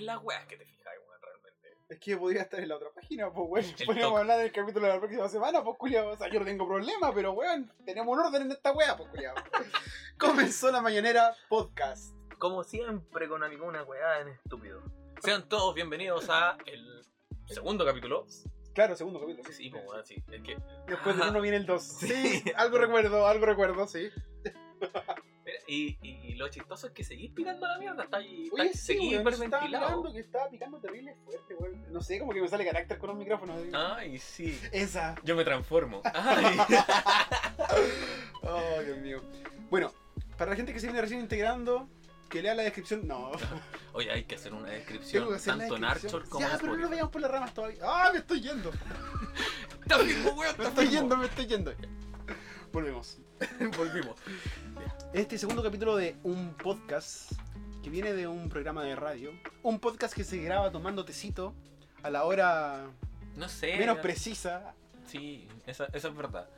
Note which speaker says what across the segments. Speaker 1: las weas que te fijas, weón, realmente.
Speaker 2: Es que podría estar en la otra página, pues, weón.
Speaker 1: El
Speaker 2: Podríamos
Speaker 1: toc.
Speaker 2: hablar del capítulo de la próxima semana, pues, culiado. O sea, yo no tengo problema, pero, weón, tenemos un orden en esta wea, pues, culiado. Comenzó la mañanera podcast.
Speaker 1: Como siempre, con alguna weá en estúpido. Sean todos bienvenidos a el segundo capítulo.
Speaker 2: Claro, segundo capítulo.
Speaker 1: Sí, sí, pues, weón, sí. Es que.
Speaker 2: Después del uno viene el dos. Sí,
Speaker 1: Sí.
Speaker 2: algo recuerdo, algo recuerdo, sí.
Speaker 1: Mira, Y, y lo chistoso es que seguís picando la mierda. Está ahí,
Speaker 2: Oye,
Speaker 1: está-
Speaker 2: sí,
Speaker 1: seguís
Speaker 2: weón, estaba
Speaker 1: hiperventilado.
Speaker 2: hablando que estaba picando terrible fuerte, weón. No sé, como que me sale carácter con los micrófonos. así.
Speaker 1: Ay, sí.
Speaker 2: Esa.
Speaker 1: Yo me transformo. Ay.
Speaker 2: Oh, Dios mío. Bueno, para la gente que se viene recién integrando, que lea la descripción. No,
Speaker 1: Oye, hay que hacer una descripción.
Speaker 2: tengo que hacer
Speaker 1: tanto en
Speaker 2: la descripción.
Speaker 1: Archor como
Speaker 2: ya,
Speaker 1: en
Speaker 2: pero no nos
Speaker 1: Spotify.
Speaker 2: vayamos por las ramas todavía. ¡Ah, me estoy yendo!
Speaker 1: Está mismo, weón,
Speaker 2: Me
Speaker 1: está
Speaker 2: estoy
Speaker 1: mismo.
Speaker 2: yendo, me estoy yendo. Volvemos.
Speaker 1: Volvimos.
Speaker 2: Este segundo capítulo de un podcast que viene de un programa de radio. Un podcast que se graba tomando tecito a la hora
Speaker 1: No sé.
Speaker 2: menos
Speaker 1: ya-
Speaker 2: precisa.
Speaker 1: Sí, esa, esa es verdad.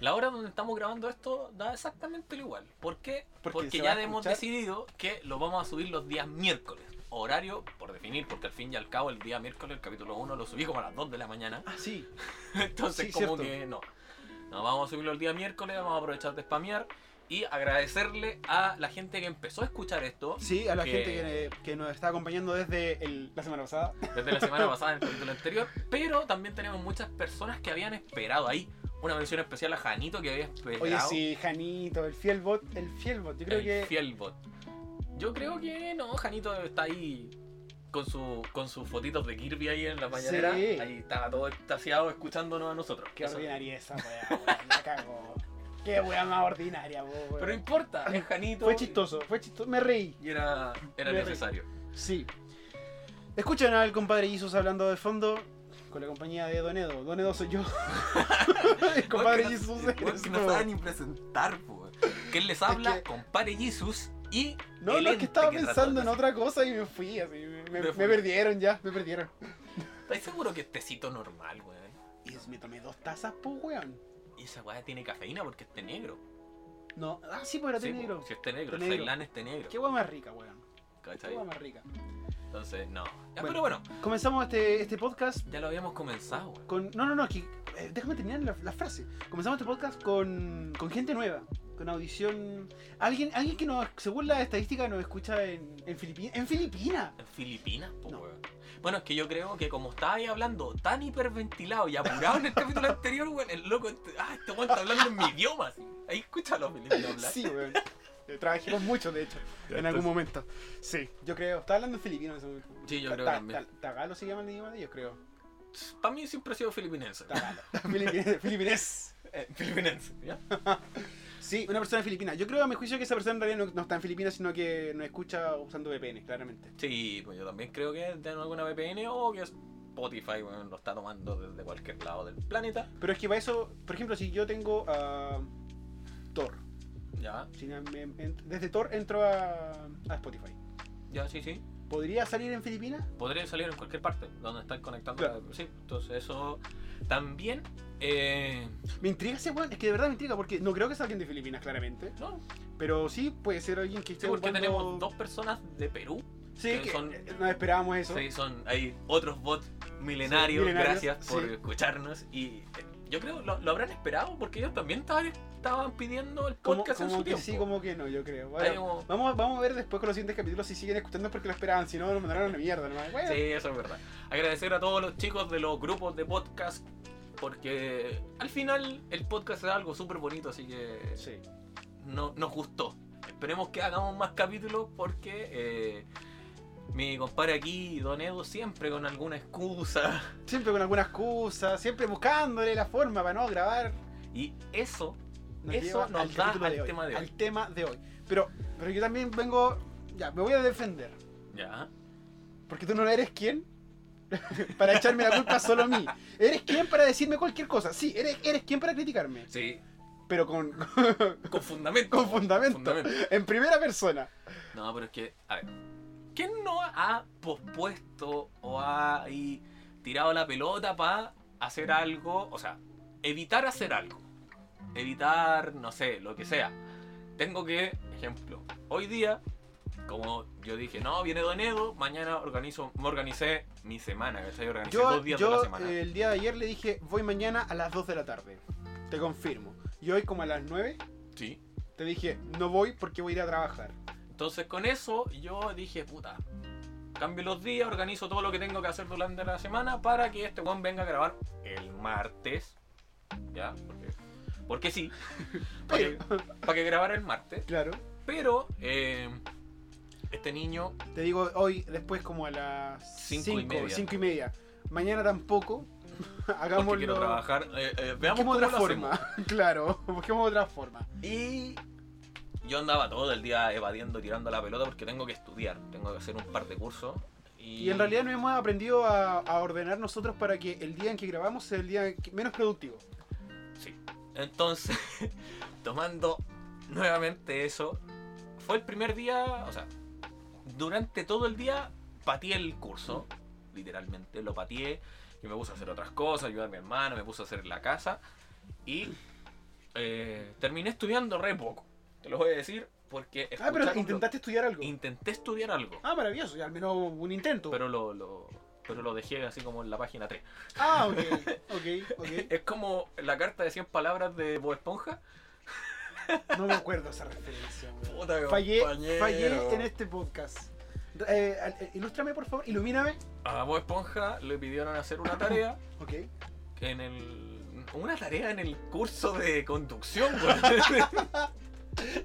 Speaker 1: La hora donde estamos grabando esto da exactamente lo igual. ¿Por qué?
Speaker 2: Porque
Speaker 1: Porque,
Speaker 2: se va
Speaker 1: ya
Speaker 2: a
Speaker 1: hemos
Speaker 2: escuchar.
Speaker 1: decidido que lo vamos a subir los días miércoles. Horario, por definir, porque al fin y al cabo el día miércoles, el capítulo 1, lo subí como a las 2 de la mañana.
Speaker 2: Ah, sí.
Speaker 1: Entonces,
Speaker 2: Sí,
Speaker 1: como
Speaker 2: cierto.
Speaker 1: que no. No, vamos a subirlo el día miércoles, vamos a aprovechar de spamear y agradecerle a la gente que empezó a escuchar esto
Speaker 2: Sí, a la
Speaker 1: Que-
Speaker 2: gente que, que nos está acompañando desde el- la semana pasada.
Speaker 1: desde la semana pasada en el capítulo anterior, pero también tenemos muchas personas que habían esperado ahí. Una mención especial a Janito que había esperado.
Speaker 2: Oye, sí, Janito, el fiel bot, el fiel bot. Yo creo
Speaker 1: el
Speaker 2: que
Speaker 1: fiel bot. Yo creo que no, Janito está ahí con, su, con sus fotitos de Kirby ahí en la mañanera.
Speaker 2: Sí.
Speaker 1: Ahí estaba todo extasiado escuchándonos a nosotros.
Speaker 2: Qué
Speaker 1: Eso.
Speaker 2: ordinaria esa weá, weón. La cagó. Qué weá más ordinaria, po, weón.
Speaker 1: Pero no importa, es Janito.
Speaker 2: Fue chistoso, fue chistoso. Me reí.
Speaker 1: Y era, era
Speaker 2: Me
Speaker 1: necesario.
Speaker 2: Sí. Escuchan al compadre Isus hablando de fondo con la compañía de Donedo. Donedo soy yo. el compadre
Speaker 1: Weón, que no-
Speaker 2: Isus.
Speaker 1: weón,
Speaker 2: eres
Speaker 1: que no
Speaker 2: tú.
Speaker 1: sabe ni presentar, po. Que él les habla,
Speaker 2: que-
Speaker 1: compare Jesus y.
Speaker 2: No,
Speaker 1: el
Speaker 2: no, es que
Speaker 1: ente
Speaker 2: estaba
Speaker 1: trató
Speaker 2: pensando
Speaker 1: de
Speaker 2: en otra cosa y me fui así. Me, me-
Speaker 1: Te
Speaker 2: me
Speaker 1: fui.
Speaker 2: perdieron ya, me perdieron.
Speaker 1: ¿Estás seguro que es tecito normal, weón?
Speaker 2: Y me tomé dos tazas, po, weón.
Speaker 1: Y esa weá tiene cafeína porque este negro.
Speaker 2: No, ah, sí, pues era té
Speaker 1: Sí,
Speaker 2: negro.
Speaker 1: po, Si este negro,
Speaker 2: Té
Speaker 1: el
Speaker 2: negro.
Speaker 1: Ceilán este negro.
Speaker 2: Qué weá más rica, weón. Qué
Speaker 1: ¿Cachai?
Speaker 2: weá más rica.
Speaker 1: Entonces, no. Ya,
Speaker 2: Bueno.
Speaker 1: Pero bueno,
Speaker 2: Comenzamos este, este podcast
Speaker 1: ya lo habíamos comenzado, weón.
Speaker 2: con. No, no, no, que, eh, déjame terminar la, la frase. Comenzamos este podcast con, con gente nueva, con audición. Alguien, alguien que nos, según la estadística nos escucha en, en Filipinas. ¡En Filipinas!
Speaker 1: En Filipinas, po,
Speaker 2: No.
Speaker 1: weón. Bueno, es que yo creo que como estaba ahí hablando tan hiperventilado y apurado en el capítulo anterior, weón, el loco. ent- Ah, este weón está hablando en mi idioma. así. Ahí escúchalo, Filipino hablar.
Speaker 2: Sí, weón. Eh, Trabajemos mucho, de hecho, en algún momento. Sí, yo creo. Estaba hablando en filipino en ese momento.
Speaker 1: Sí, yo creo
Speaker 2: Ta-
Speaker 1: también.
Speaker 2: ta- Tagalo se llama el idioma de ellos, creo.
Speaker 1: Para mí siempre ha sido filipinense.
Speaker 2: Tagalo. Filipinés. Filipinés.
Speaker 1: Eh, filipinense, ¿ya?
Speaker 2: Sí, una persona filipina. Yo creo a mi juicio que esa persona en realidad no, no está en Filipinas, sino que nos escucha usando VPN, claramente.
Speaker 1: Sí, pues yo también creo que es de alguna VPN o que Spotify, weón, lo está tomando desde cualquier lado del planeta.
Speaker 2: Pero es que para eso, por ejemplo, si yo tengo a Thor,
Speaker 1: Ya,
Speaker 2: si na- me- ent- desde Thor entro a, a Spotify,
Speaker 1: ya, sí, sí.
Speaker 2: ¿podría salir en Filipinas?
Speaker 1: podría salir en cualquier parte donde están conectando.
Speaker 2: Claro.
Speaker 1: la- Sí, entonces eso también. eh,
Speaker 2: Me intriga ese weón, es que de verdad me intriga, porque no creo que sea alguien de Filipinas, claramente,
Speaker 1: no,
Speaker 2: pero sí puede ser alguien que esté
Speaker 1: sí, porque
Speaker 2: ocupando-
Speaker 1: tenemos dos personas de Perú.
Speaker 2: Sí,
Speaker 1: que
Speaker 2: que
Speaker 1: son-
Speaker 2: eh, no esperábamos eso.
Speaker 1: Sí, son, hay otros bots
Speaker 2: Sí,
Speaker 1: milenarios.
Speaker 2: milenarios,
Speaker 1: gracias por
Speaker 2: sí.
Speaker 1: escucharnos. Y eh, yo creo lo, lo habrán esperado porque ellos también estaban, estaban pidiendo el
Speaker 2: Como,
Speaker 1: podcast
Speaker 2: como
Speaker 1: en su
Speaker 2: que
Speaker 1: tiempo.
Speaker 2: sí, como que no, yo creo.
Speaker 1: Está
Speaker 2: Bueno,
Speaker 1: como-
Speaker 2: vamos, vamos a ver después con los siguientes capítulos si siguen escuchando porque lo esperaban, si no, nos mandaron a la mierda. nomás. Bueno,
Speaker 1: Sí, eso es verdad. Agradecer a todos los chicos de los grupos de podcast porque al final el podcast es algo súper bonito, así que
Speaker 2: sí.
Speaker 1: no, nos gustó. Esperemos que hagamos más capítulos porque eh, mi compadre aquí, Don Edu, siempre con alguna excusa.
Speaker 2: Siempre con alguna excusa, siempre buscándole la forma para no grabar.
Speaker 1: Y eso, Eso
Speaker 2: lleva
Speaker 1: nos da
Speaker 2: capítulo
Speaker 1: al
Speaker 2: hoy,
Speaker 1: tema de hoy.
Speaker 2: Al tema de hoy. Pero, pero yo también vengo. Ya, me voy a defender.
Speaker 1: ya.
Speaker 2: Porque tú no eres quién para echarme la culpa solo a mí. Eres quién para decirme cualquier cosa. Sí, eres, eres quién para criticarme.
Speaker 1: Sí,
Speaker 2: Pero con,
Speaker 1: con fundamento.
Speaker 2: con fundamento.
Speaker 1: Fundamento.
Speaker 2: En primera persona.
Speaker 1: No, pero es que, a ver, ¿quién no ha pospuesto o ha ahí tirado la pelota para hacer algo? O sea, evitar hacer algo. Evitar, no sé, lo que sea. Tengo que, ejemplo, hoy día Como yo dije, no, viene Don Edu, mañana organizo, me organicé mi semana, ¿cachai? Organicé
Speaker 2: Yo,
Speaker 1: dos días
Speaker 2: yo,
Speaker 1: de la semana.
Speaker 2: eh, el día de ayer le dije, voy mañana a las 2 de la tarde. Te confirmo. Y hoy como a las 9,
Speaker 1: Sí.
Speaker 2: te dije, no voy porque voy a ir a trabajar.
Speaker 1: Entonces con eso yo dije, puta, cambio los días, organizo todo lo que tengo que hacer durante la semana para que este weón venga a grabar el martes. ¿Ya? Porque, porque sí. Para que, para que grabara el martes.
Speaker 2: Claro.
Speaker 1: Pero eh, este niño,
Speaker 2: Te digo hoy, después como a las
Speaker 1: Cinco
Speaker 2: 5
Speaker 1: y media.
Speaker 2: y media. Mañana tampoco.
Speaker 1: porque
Speaker 2: Hagámoslo.
Speaker 1: quiero trabajar, eh, eh,
Speaker 2: Busquemos
Speaker 1: veamos cómo
Speaker 2: otra
Speaker 1: lo hacemos.
Speaker 2: forma. claro, busquemos otra forma.
Speaker 1: Y yo andaba todo el día evadiendo, tirando la pelota porque tengo que estudiar, tengo que hacer un par de cursos. Y,
Speaker 2: Y en realidad no hemos aprendido a, a ordenar nosotros para que el día en que grabamos sea el día que- menos productivo.
Speaker 1: Sí. Entonces, tomando nuevamente eso, fue el primer día, o sea, durante todo el día pateé el curso, literalmente, lo pateé. Yo me puse a hacer otras cosas, ayudar a mi hermano, me puse a hacer la casa y eh, terminé estudiando re poco. Te lo voy a decir porque
Speaker 2: Ah, pero
Speaker 1: escuchar-
Speaker 2: intentaste estudiar algo.
Speaker 1: intenté estudiar algo,
Speaker 2: Ah, maravilloso, ya al menos un intento.
Speaker 1: pero lo, lo- pero lo dejé así como en la página 3.
Speaker 2: Ah, ok, ok, ok.
Speaker 1: Es como la carta de 100 palabras de Bob Esponja.
Speaker 2: No me acuerdo esa referencia. weón.
Speaker 1: Puta,
Speaker 2: Fallé,
Speaker 1: compañero.
Speaker 2: fallé en este podcast. Eh, eh, ilústrame, por favor, ilumíname.
Speaker 1: A Bob Esponja le pidieron hacer una tarea
Speaker 2: Ok.
Speaker 1: en el. Una tarea en el curso de conducción, güey.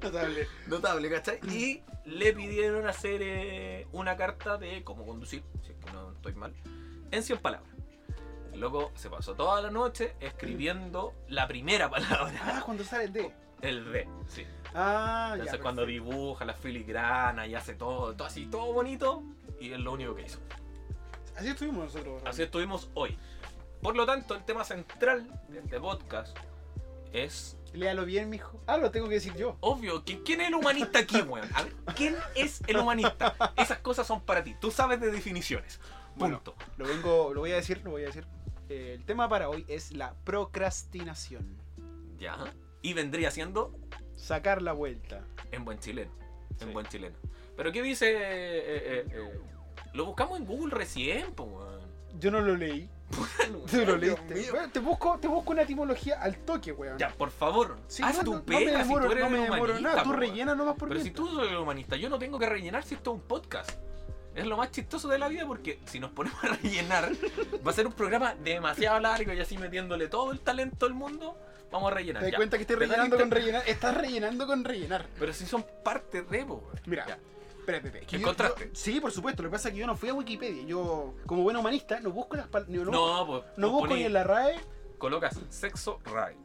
Speaker 2: Notable.
Speaker 1: Notable, ¿cachai? Y le pidieron hacer eh, una carta de cómo conducir, si es que no estoy mal, en 100 palabras. El loco se pasó toda la noche escribiendo la primera
Speaker 2: Ah,
Speaker 1: palabra,
Speaker 2: cuando sale el D.
Speaker 1: el D, sí.
Speaker 2: Ah, ya.
Speaker 1: Entonces
Speaker 2: perfecto.
Speaker 1: cuando dibuja las filigranas y hace todo, todo así, todo bonito, y es lo único que hizo.
Speaker 2: Así estuvimos nosotros.
Speaker 1: Así estuvimos hoy. Por lo tanto, el tema central de este podcast es
Speaker 2: Léalo bien, mijo. Ah, lo tengo que decir yo.
Speaker 1: obvio. ¿Quién, quién es el humanista aquí, weón? A ver, ¿quién es el humanista? Esas cosas son para ti. Tú sabes de definiciones.
Speaker 2: Bueno.
Speaker 1: Punto.
Speaker 2: Lo vengo, lo voy a decir, lo voy a decir. Eh, el tema para hoy es la procrastinación.
Speaker 1: Ya. Y vendría siendo
Speaker 2: Sacar la vuelta.
Speaker 1: en buen chileno. En
Speaker 2: Sí.
Speaker 1: buen chileno. Pero ¿qué dice? eh, eh, eh? Lo buscamos en Google recién, po, weón.
Speaker 2: Yo no lo leí. Tú lo
Speaker 1: Ay, Dios
Speaker 2: leíste.
Speaker 1: mío.
Speaker 2: Bueno, te, busco, te busco una etimología al toque, weón.
Speaker 1: Ya, por favor,
Speaker 2: Sí,
Speaker 1: haz
Speaker 2: no,
Speaker 1: tu
Speaker 2: no- no me
Speaker 1: pega si tú
Speaker 2: demoro-
Speaker 1: eres
Speaker 2: no me
Speaker 1: el
Speaker 2: demoro
Speaker 1: humanista.
Speaker 2: nada,
Speaker 1: po,
Speaker 2: Tú
Speaker 1: weón.
Speaker 2: rellena nomás por
Speaker 1: Pero si
Speaker 2: mientras.
Speaker 1: tú eres el humanista, yo no tengo que rellenar si esto es un podcast. Es lo más chistoso de la vida porque si nos ponemos a rellenar, va a ser un programa demasiado largo y así metiéndole todo el talento del mundo, vamos a rellenar.
Speaker 2: Te das
Speaker 1: ya.
Speaker 2: cuenta que estoy
Speaker 1: ¿Verdad
Speaker 2: rellenando
Speaker 1: que
Speaker 2: con rellenar. Estás rellenando con rellenar.
Speaker 1: Pero si son parte de, po, weón.
Speaker 2: Mira.
Speaker 1: Ya.
Speaker 2: Espera, Pepe.
Speaker 1: ¿Qué encontraste?
Speaker 2: sí, por supuesto. Lo que pasa es que yo no fui a Wikipedia. Yo, como buen humanista, no busco las pal- no, no,
Speaker 1: No, pues.
Speaker 2: no
Speaker 1: vos
Speaker 2: busco
Speaker 1: ponés-
Speaker 2: ni en la RAE.
Speaker 1: Colocas sexo ray.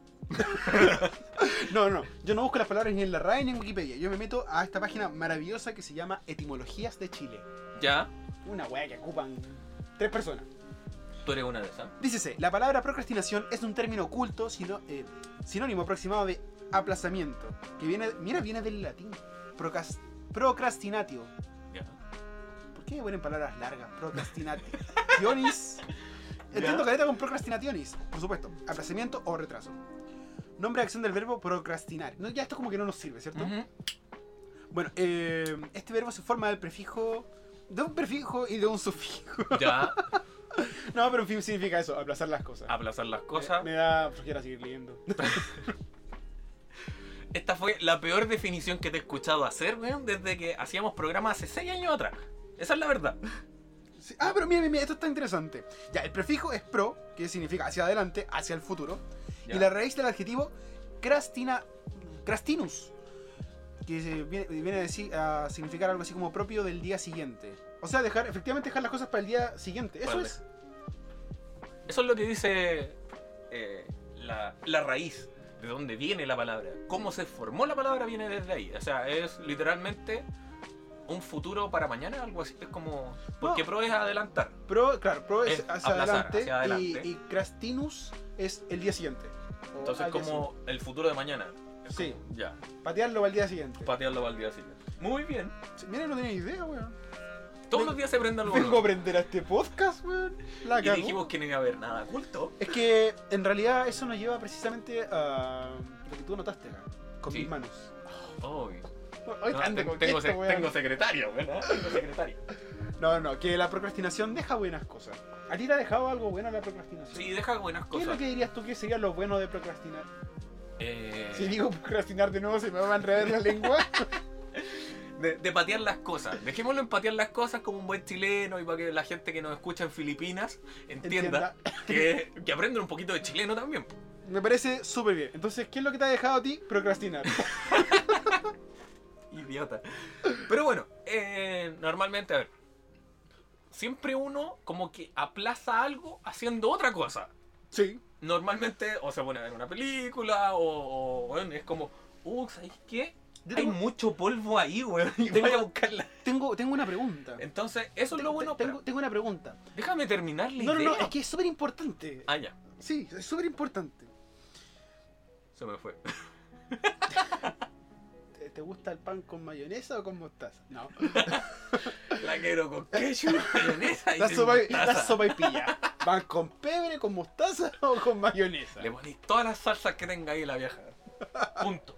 Speaker 2: No, no. Yo no busco las palabras ni en la RAE ni en Wikipedia. Yo me meto a esta página maravillosa que se llama Etimologías de Chile.
Speaker 1: Ya,
Speaker 2: Una weá que ocupan tres personas.
Speaker 1: tú eres una de esas.
Speaker 2: Dícese, la palabra procrastinación es un término oculto, sino, eh, sinónimo aproximado de aplazamiento, que viene, mira, viene del latín, procas- procrastinatio.
Speaker 1: Ya.
Speaker 2: ¿Por qué me ponen palabras largas? Procrastinatio. Ionis. Entiendo
Speaker 1: Ya.
Speaker 2: caleta con procrastinationis, por supuesto, aplazamiento o retraso. Nombre de acción del verbo procrastinar. No, ya esto como que no nos sirve, ¿cierto?
Speaker 1: Ujú.
Speaker 2: Bueno, eh, este verbo se forma del prefijo, de un prefijo y de un sufijo.
Speaker 1: Ya,
Speaker 2: No, pero en fin significa eso, aplazar las cosas.
Speaker 1: aplazar las cosas.
Speaker 2: Me, me da flojera seguir leyendo.
Speaker 1: Esta fue la peor definición que te he escuchado hacer, weón, desde que hacíamos programa hace 6 años atrás. Esa es la verdad.
Speaker 2: Sí. Ah, pero mira, mira, mira, esto está interesante. Ya, el prefijo es pro, que significa hacia adelante, hacia el futuro.
Speaker 1: Ya.
Speaker 2: Y la raíz del adjetivo crastina, crastinus, que se viene, viene a, decir, a significar algo así como propio del día siguiente. O sea, dejar, efectivamente dejar las cosas para el día siguiente. Eso
Speaker 1: Vale.
Speaker 2: es.
Speaker 1: Eso es lo que dice eh, la, la raíz, de dónde viene la palabra. Cómo se formó la palabra viene desde ahí. O sea, es literalmente un futuro para mañana, algo así. Es como. Porque
Speaker 2: No.
Speaker 1: pro es adelantar.
Speaker 2: Pro, claro, pro es,
Speaker 1: Es
Speaker 2: hacia,
Speaker 1: aplazar,
Speaker 2: adelante,
Speaker 1: hacia adelante.
Speaker 2: Y, y crastinus es el día siguiente. O
Speaker 1: Entonces,
Speaker 2: al día
Speaker 1: como el futuro de mañana. Es
Speaker 2: Ah, Sí.
Speaker 1: como, ya,
Speaker 2: siguiente. Patearlo para el día siguiente.
Speaker 1: patearlo para el día siguiente. Muy bien.
Speaker 2: Sí, Mira, no tenía idea, weón. Ven-
Speaker 1: Todos los días se prende algo.
Speaker 2: Vengo a
Speaker 1: nuevo.
Speaker 2: aprender a este podcast, weón. La
Speaker 1: Y
Speaker 2: cagó.
Speaker 1: dijimos que no iba a haber nada culto.
Speaker 2: Es que en realidad eso nos lleva precisamente a lo que tú notaste acá, con
Speaker 1: Sí.
Speaker 2: mis manos.
Speaker 1: Ay,
Speaker 2: Hoy
Speaker 1: No,
Speaker 2: ande
Speaker 1: tengo,
Speaker 2: con
Speaker 1: tengo
Speaker 2: esto,
Speaker 1: sec-
Speaker 2: weón.
Speaker 1: tengo secretaria, weón. ¿eh? Tengo secretaria.
Speaker 2: No, no, que la procrastinación deja buenas cosas. ¿A ti te ha dejado algo bueno la procrastinación?
Speaker 1: Sí, deja buenas
Speaker 2: ¿Qué es lo
Speaker 1: cosas.
Speaker 2: que dirías tú que sería lo bueno de procrastinar?
Speaker 1: Eh,
Speaker 2: Si digo procrastinar de nuevo se me va a enredar la lengua.
Speaker 1: de, de patear las cosas. Dejémoslo en patear las cosas como un buen chileno y para que la gente que nos escucha en Filipinas entienda, que, que aprendan un poquito de chileno también. po.
Speaker 2: Me parece súper bien. Entonces, ¿qué es lo que te ha dejado a ti procrastinar?
Speaker 1: Idiota. Pero bueno, eh, normalmente, a ver. Siempre uno como que aplaza algo haciendo otra cosa.
Speaker 2: Sí.
Speaker 1: Normalmente o se pone a ver una película o, o, bueno, es como, uh, ¿sabéis qué?
Speaker 2: Yo
Speaker 1: Hay
Speaker 2: tengo,
Speaker 1: mucho polvo ahí, weón. y
Speaker 2: Tengo-
Speaker 1: voy a buscarla.
Speaker 2: tengo, tengo una pregunta.
Speaker 1: Entonces, eso es lo
Speaker 2: Te-
Speaker 1: bueno.
Speaker 2: Tengo, tengo una pregunta.
Speaker 1: pero déjame terminar la
Speaker 2: No, no,
Speaker 1: idea.
Speaker 2: no, es que es súper importante.
Speaker 1: Ah, ya.
Speaker 2: Sí, es súper importante.
Speaker 1: Se me fue.
Speaker 2: ¿Te, te gusta el pan con mayonesa o con mostaza? No.
Speaker 1: La quiero con ketchup, mayonesa y
Speaker 2: La
Speaker 1: sin
Speaker 2: sopa, y-
Speaker 1: mostaza.
Speaker 2: la sopa y pilla. ¿Van con pebre, con mostaza o con mayonesa?
Speaker 1: Le ponéis todas las salsas que tenga ahí la vieja. Punto.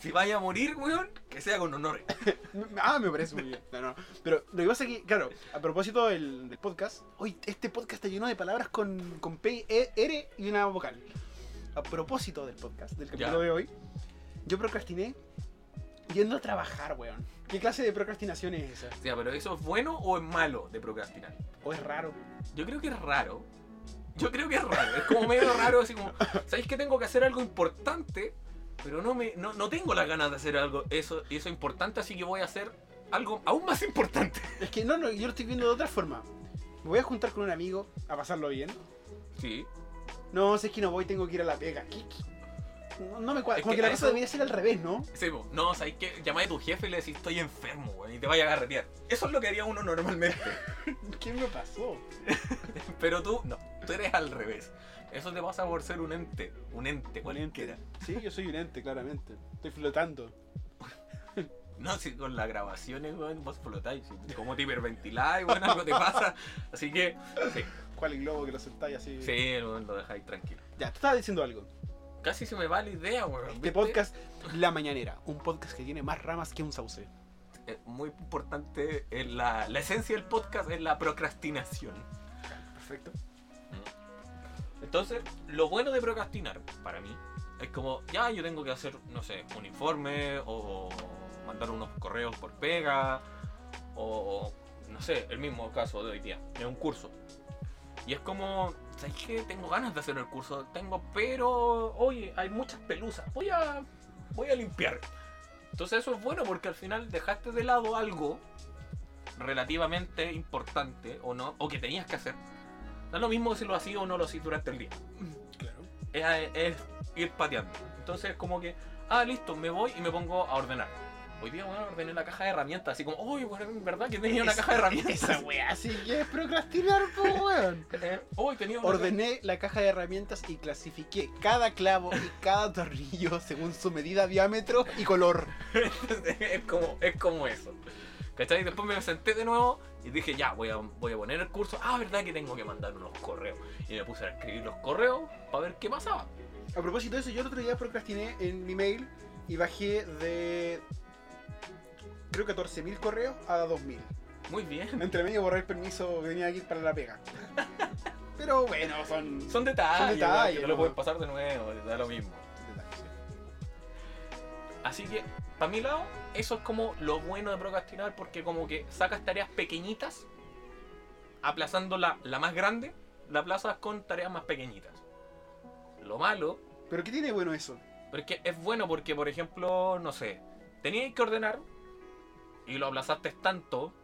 Speaker 1: Si vaya a morir, weón, que sea con honores.
Speaker 2: Ah, me parece muy bien. No, no. Pero lo que pasa es que, claro, a propósito del, del podcast, hoy este podcast está lleno de palabras con, con P, E, R y una vocal. A propósito del podcast, del capítulo
Speaker 1: Ya.
Speaker 2: de hoy, yo procrastiné yendo a trabajar, weón. ¿Qué clase de procrastinación es esa?
Speaker 1: O sea, pero ¿eso es bueno o es malo de procrastinar?
Speaker 2: ¿O es raro?
Speaker 1: Yo creo que es raro. Yo creo que es raro. Es como medio raro, así como, ¿sabéis que tengo que hacer algo importante? Pero no me no, no tengo las ganas de hacer algo eso, eso importante, así que voy a hacer algo aún más importante.
Speaker 2: Es que no, no, yo lo estoy viendo de otra forma. Me voy a juntar con un amigo a pasarlo bien.
Speaker 1: Sí.
Speaker 2: No, si es que no voy, tengo que ir a la pega. ¿Qué- qué? No, no me cuadra.
Speaker 1: Es
Speaker 2: Como
Speaker 1: que
Speaker 2: que la
Speaker 1: eso-
Speaker 2: cosa debería ser al revés, ¿no?
Speaker 1: Sí, po. no, ¿sabéis que Llamáis a tu jefe y le decís, estoy enfermo, weón, y te vaya a agarretear. Eso es lo que haría uno normalmente.
Speaker 2: ¿Qué me pasó?
Speaker 1: Pero tú, no, tú eres al revés. Eso te pasa por ser un ente, un ente cualquiera.
Speaker 2: Sí, yo soy un ente, claramente. Estoy flotando.
Speaker 1: No, si con las grabaciones, weón, vos flotáis. si- Como te hiperventiláis, weón, algo te pasa. Así que, sí,
Speaker 2: ¿Cuál el globo que lo sentáis así?
Speaker 1: sí, weón, lo dejáis tranquilo.
Speaker 2: Ya, tú estabas diciendo algo.
Speaker 1: Casi se me va la idea, weón.
Speaker 2: Este
Speaker 1: ¿viste?
Speaker 2: podcast, La Mañanera, un podcast que tiene más ramas que un sauce.
Speaker 1: Eh, muy importante, es la, la esencia del podcast es la procrastinación.
Speaker 2: Perfecto.
Speaker 1: Entonces, lo bueno de procrastinar, para mí, es como, ya yo tengo que hacer, no sé, un informe, o mandar unos correos por pega, o no sé, el mismo caso de hoy día, es un curso. Y es como, ¿sabes qué? Tengo ganas de hacer el curso, tengo, pero, oye, hay muchas pelusas, voy a, voy a limpiar. Entonces eso es bueno porque al final dejaste de lado algo relativamente importante o no, o que tenías que hacer. Da lo mismo si lo hacías o no lo hacías durante el día
Speaker 2: Claro.
Speaker 1: es, es ir pateando. Entonces, como que, ah, listo, me voy y me pongo a ordenar. Hoy día, bueno, ordené la caja de herramientas, así como, uy, bueno, en verdad que tenía una
Speaker 2: Esa-
Speaker 1: caja de herramientas.
Speaker 2: Esa wea, así que es procrastinar, po, weón.
Speaker 1: Eh, hoy tenía una
Speaker 2: Ordené la caja de herramientas y clasifiqué cada clavo y cada tornillo según su medida, diámetro y color.
Speaker 1: es, como, es como eso. ¿Cachai? Después me senté de nuevo y dije, ya, voy a, voy a poner el curso. Ah, verdad que tengo que mandar unos correos. Y me puse a escribir los correos para ver qué pasaba.
Speaker 2: A propósito de eso, yo el otro día procrastiné en mi mail y bajé de. Creo 14.000 correos a 2.000.
Speaker 1: Muy bien.
Speaker 2: Entre medio borré el permiso que tenía aquí para la pega. Pero bueno, son.
Speaker 1: Son detalles,
Speaker 2: Son detalles,
Speaker 1: que no
Speaker 2: ¿no?
Speaker 1: lo pueden pasar de nuevo, da lo mismo. Así que, para mi lado, eso es como lo bueno de procrastinar, porque como que sacas tareas pequeñitas, aplazando la, la más grande, la aplazas con tareas más pequeñitas. Lo malo,
Speaker 2: Pero ¿qué tiene bueno eso?
Speaker 1: pero es que es bueno porque, por ejemplo, no sé, tenías que ordenar y lo aplazaste tanto,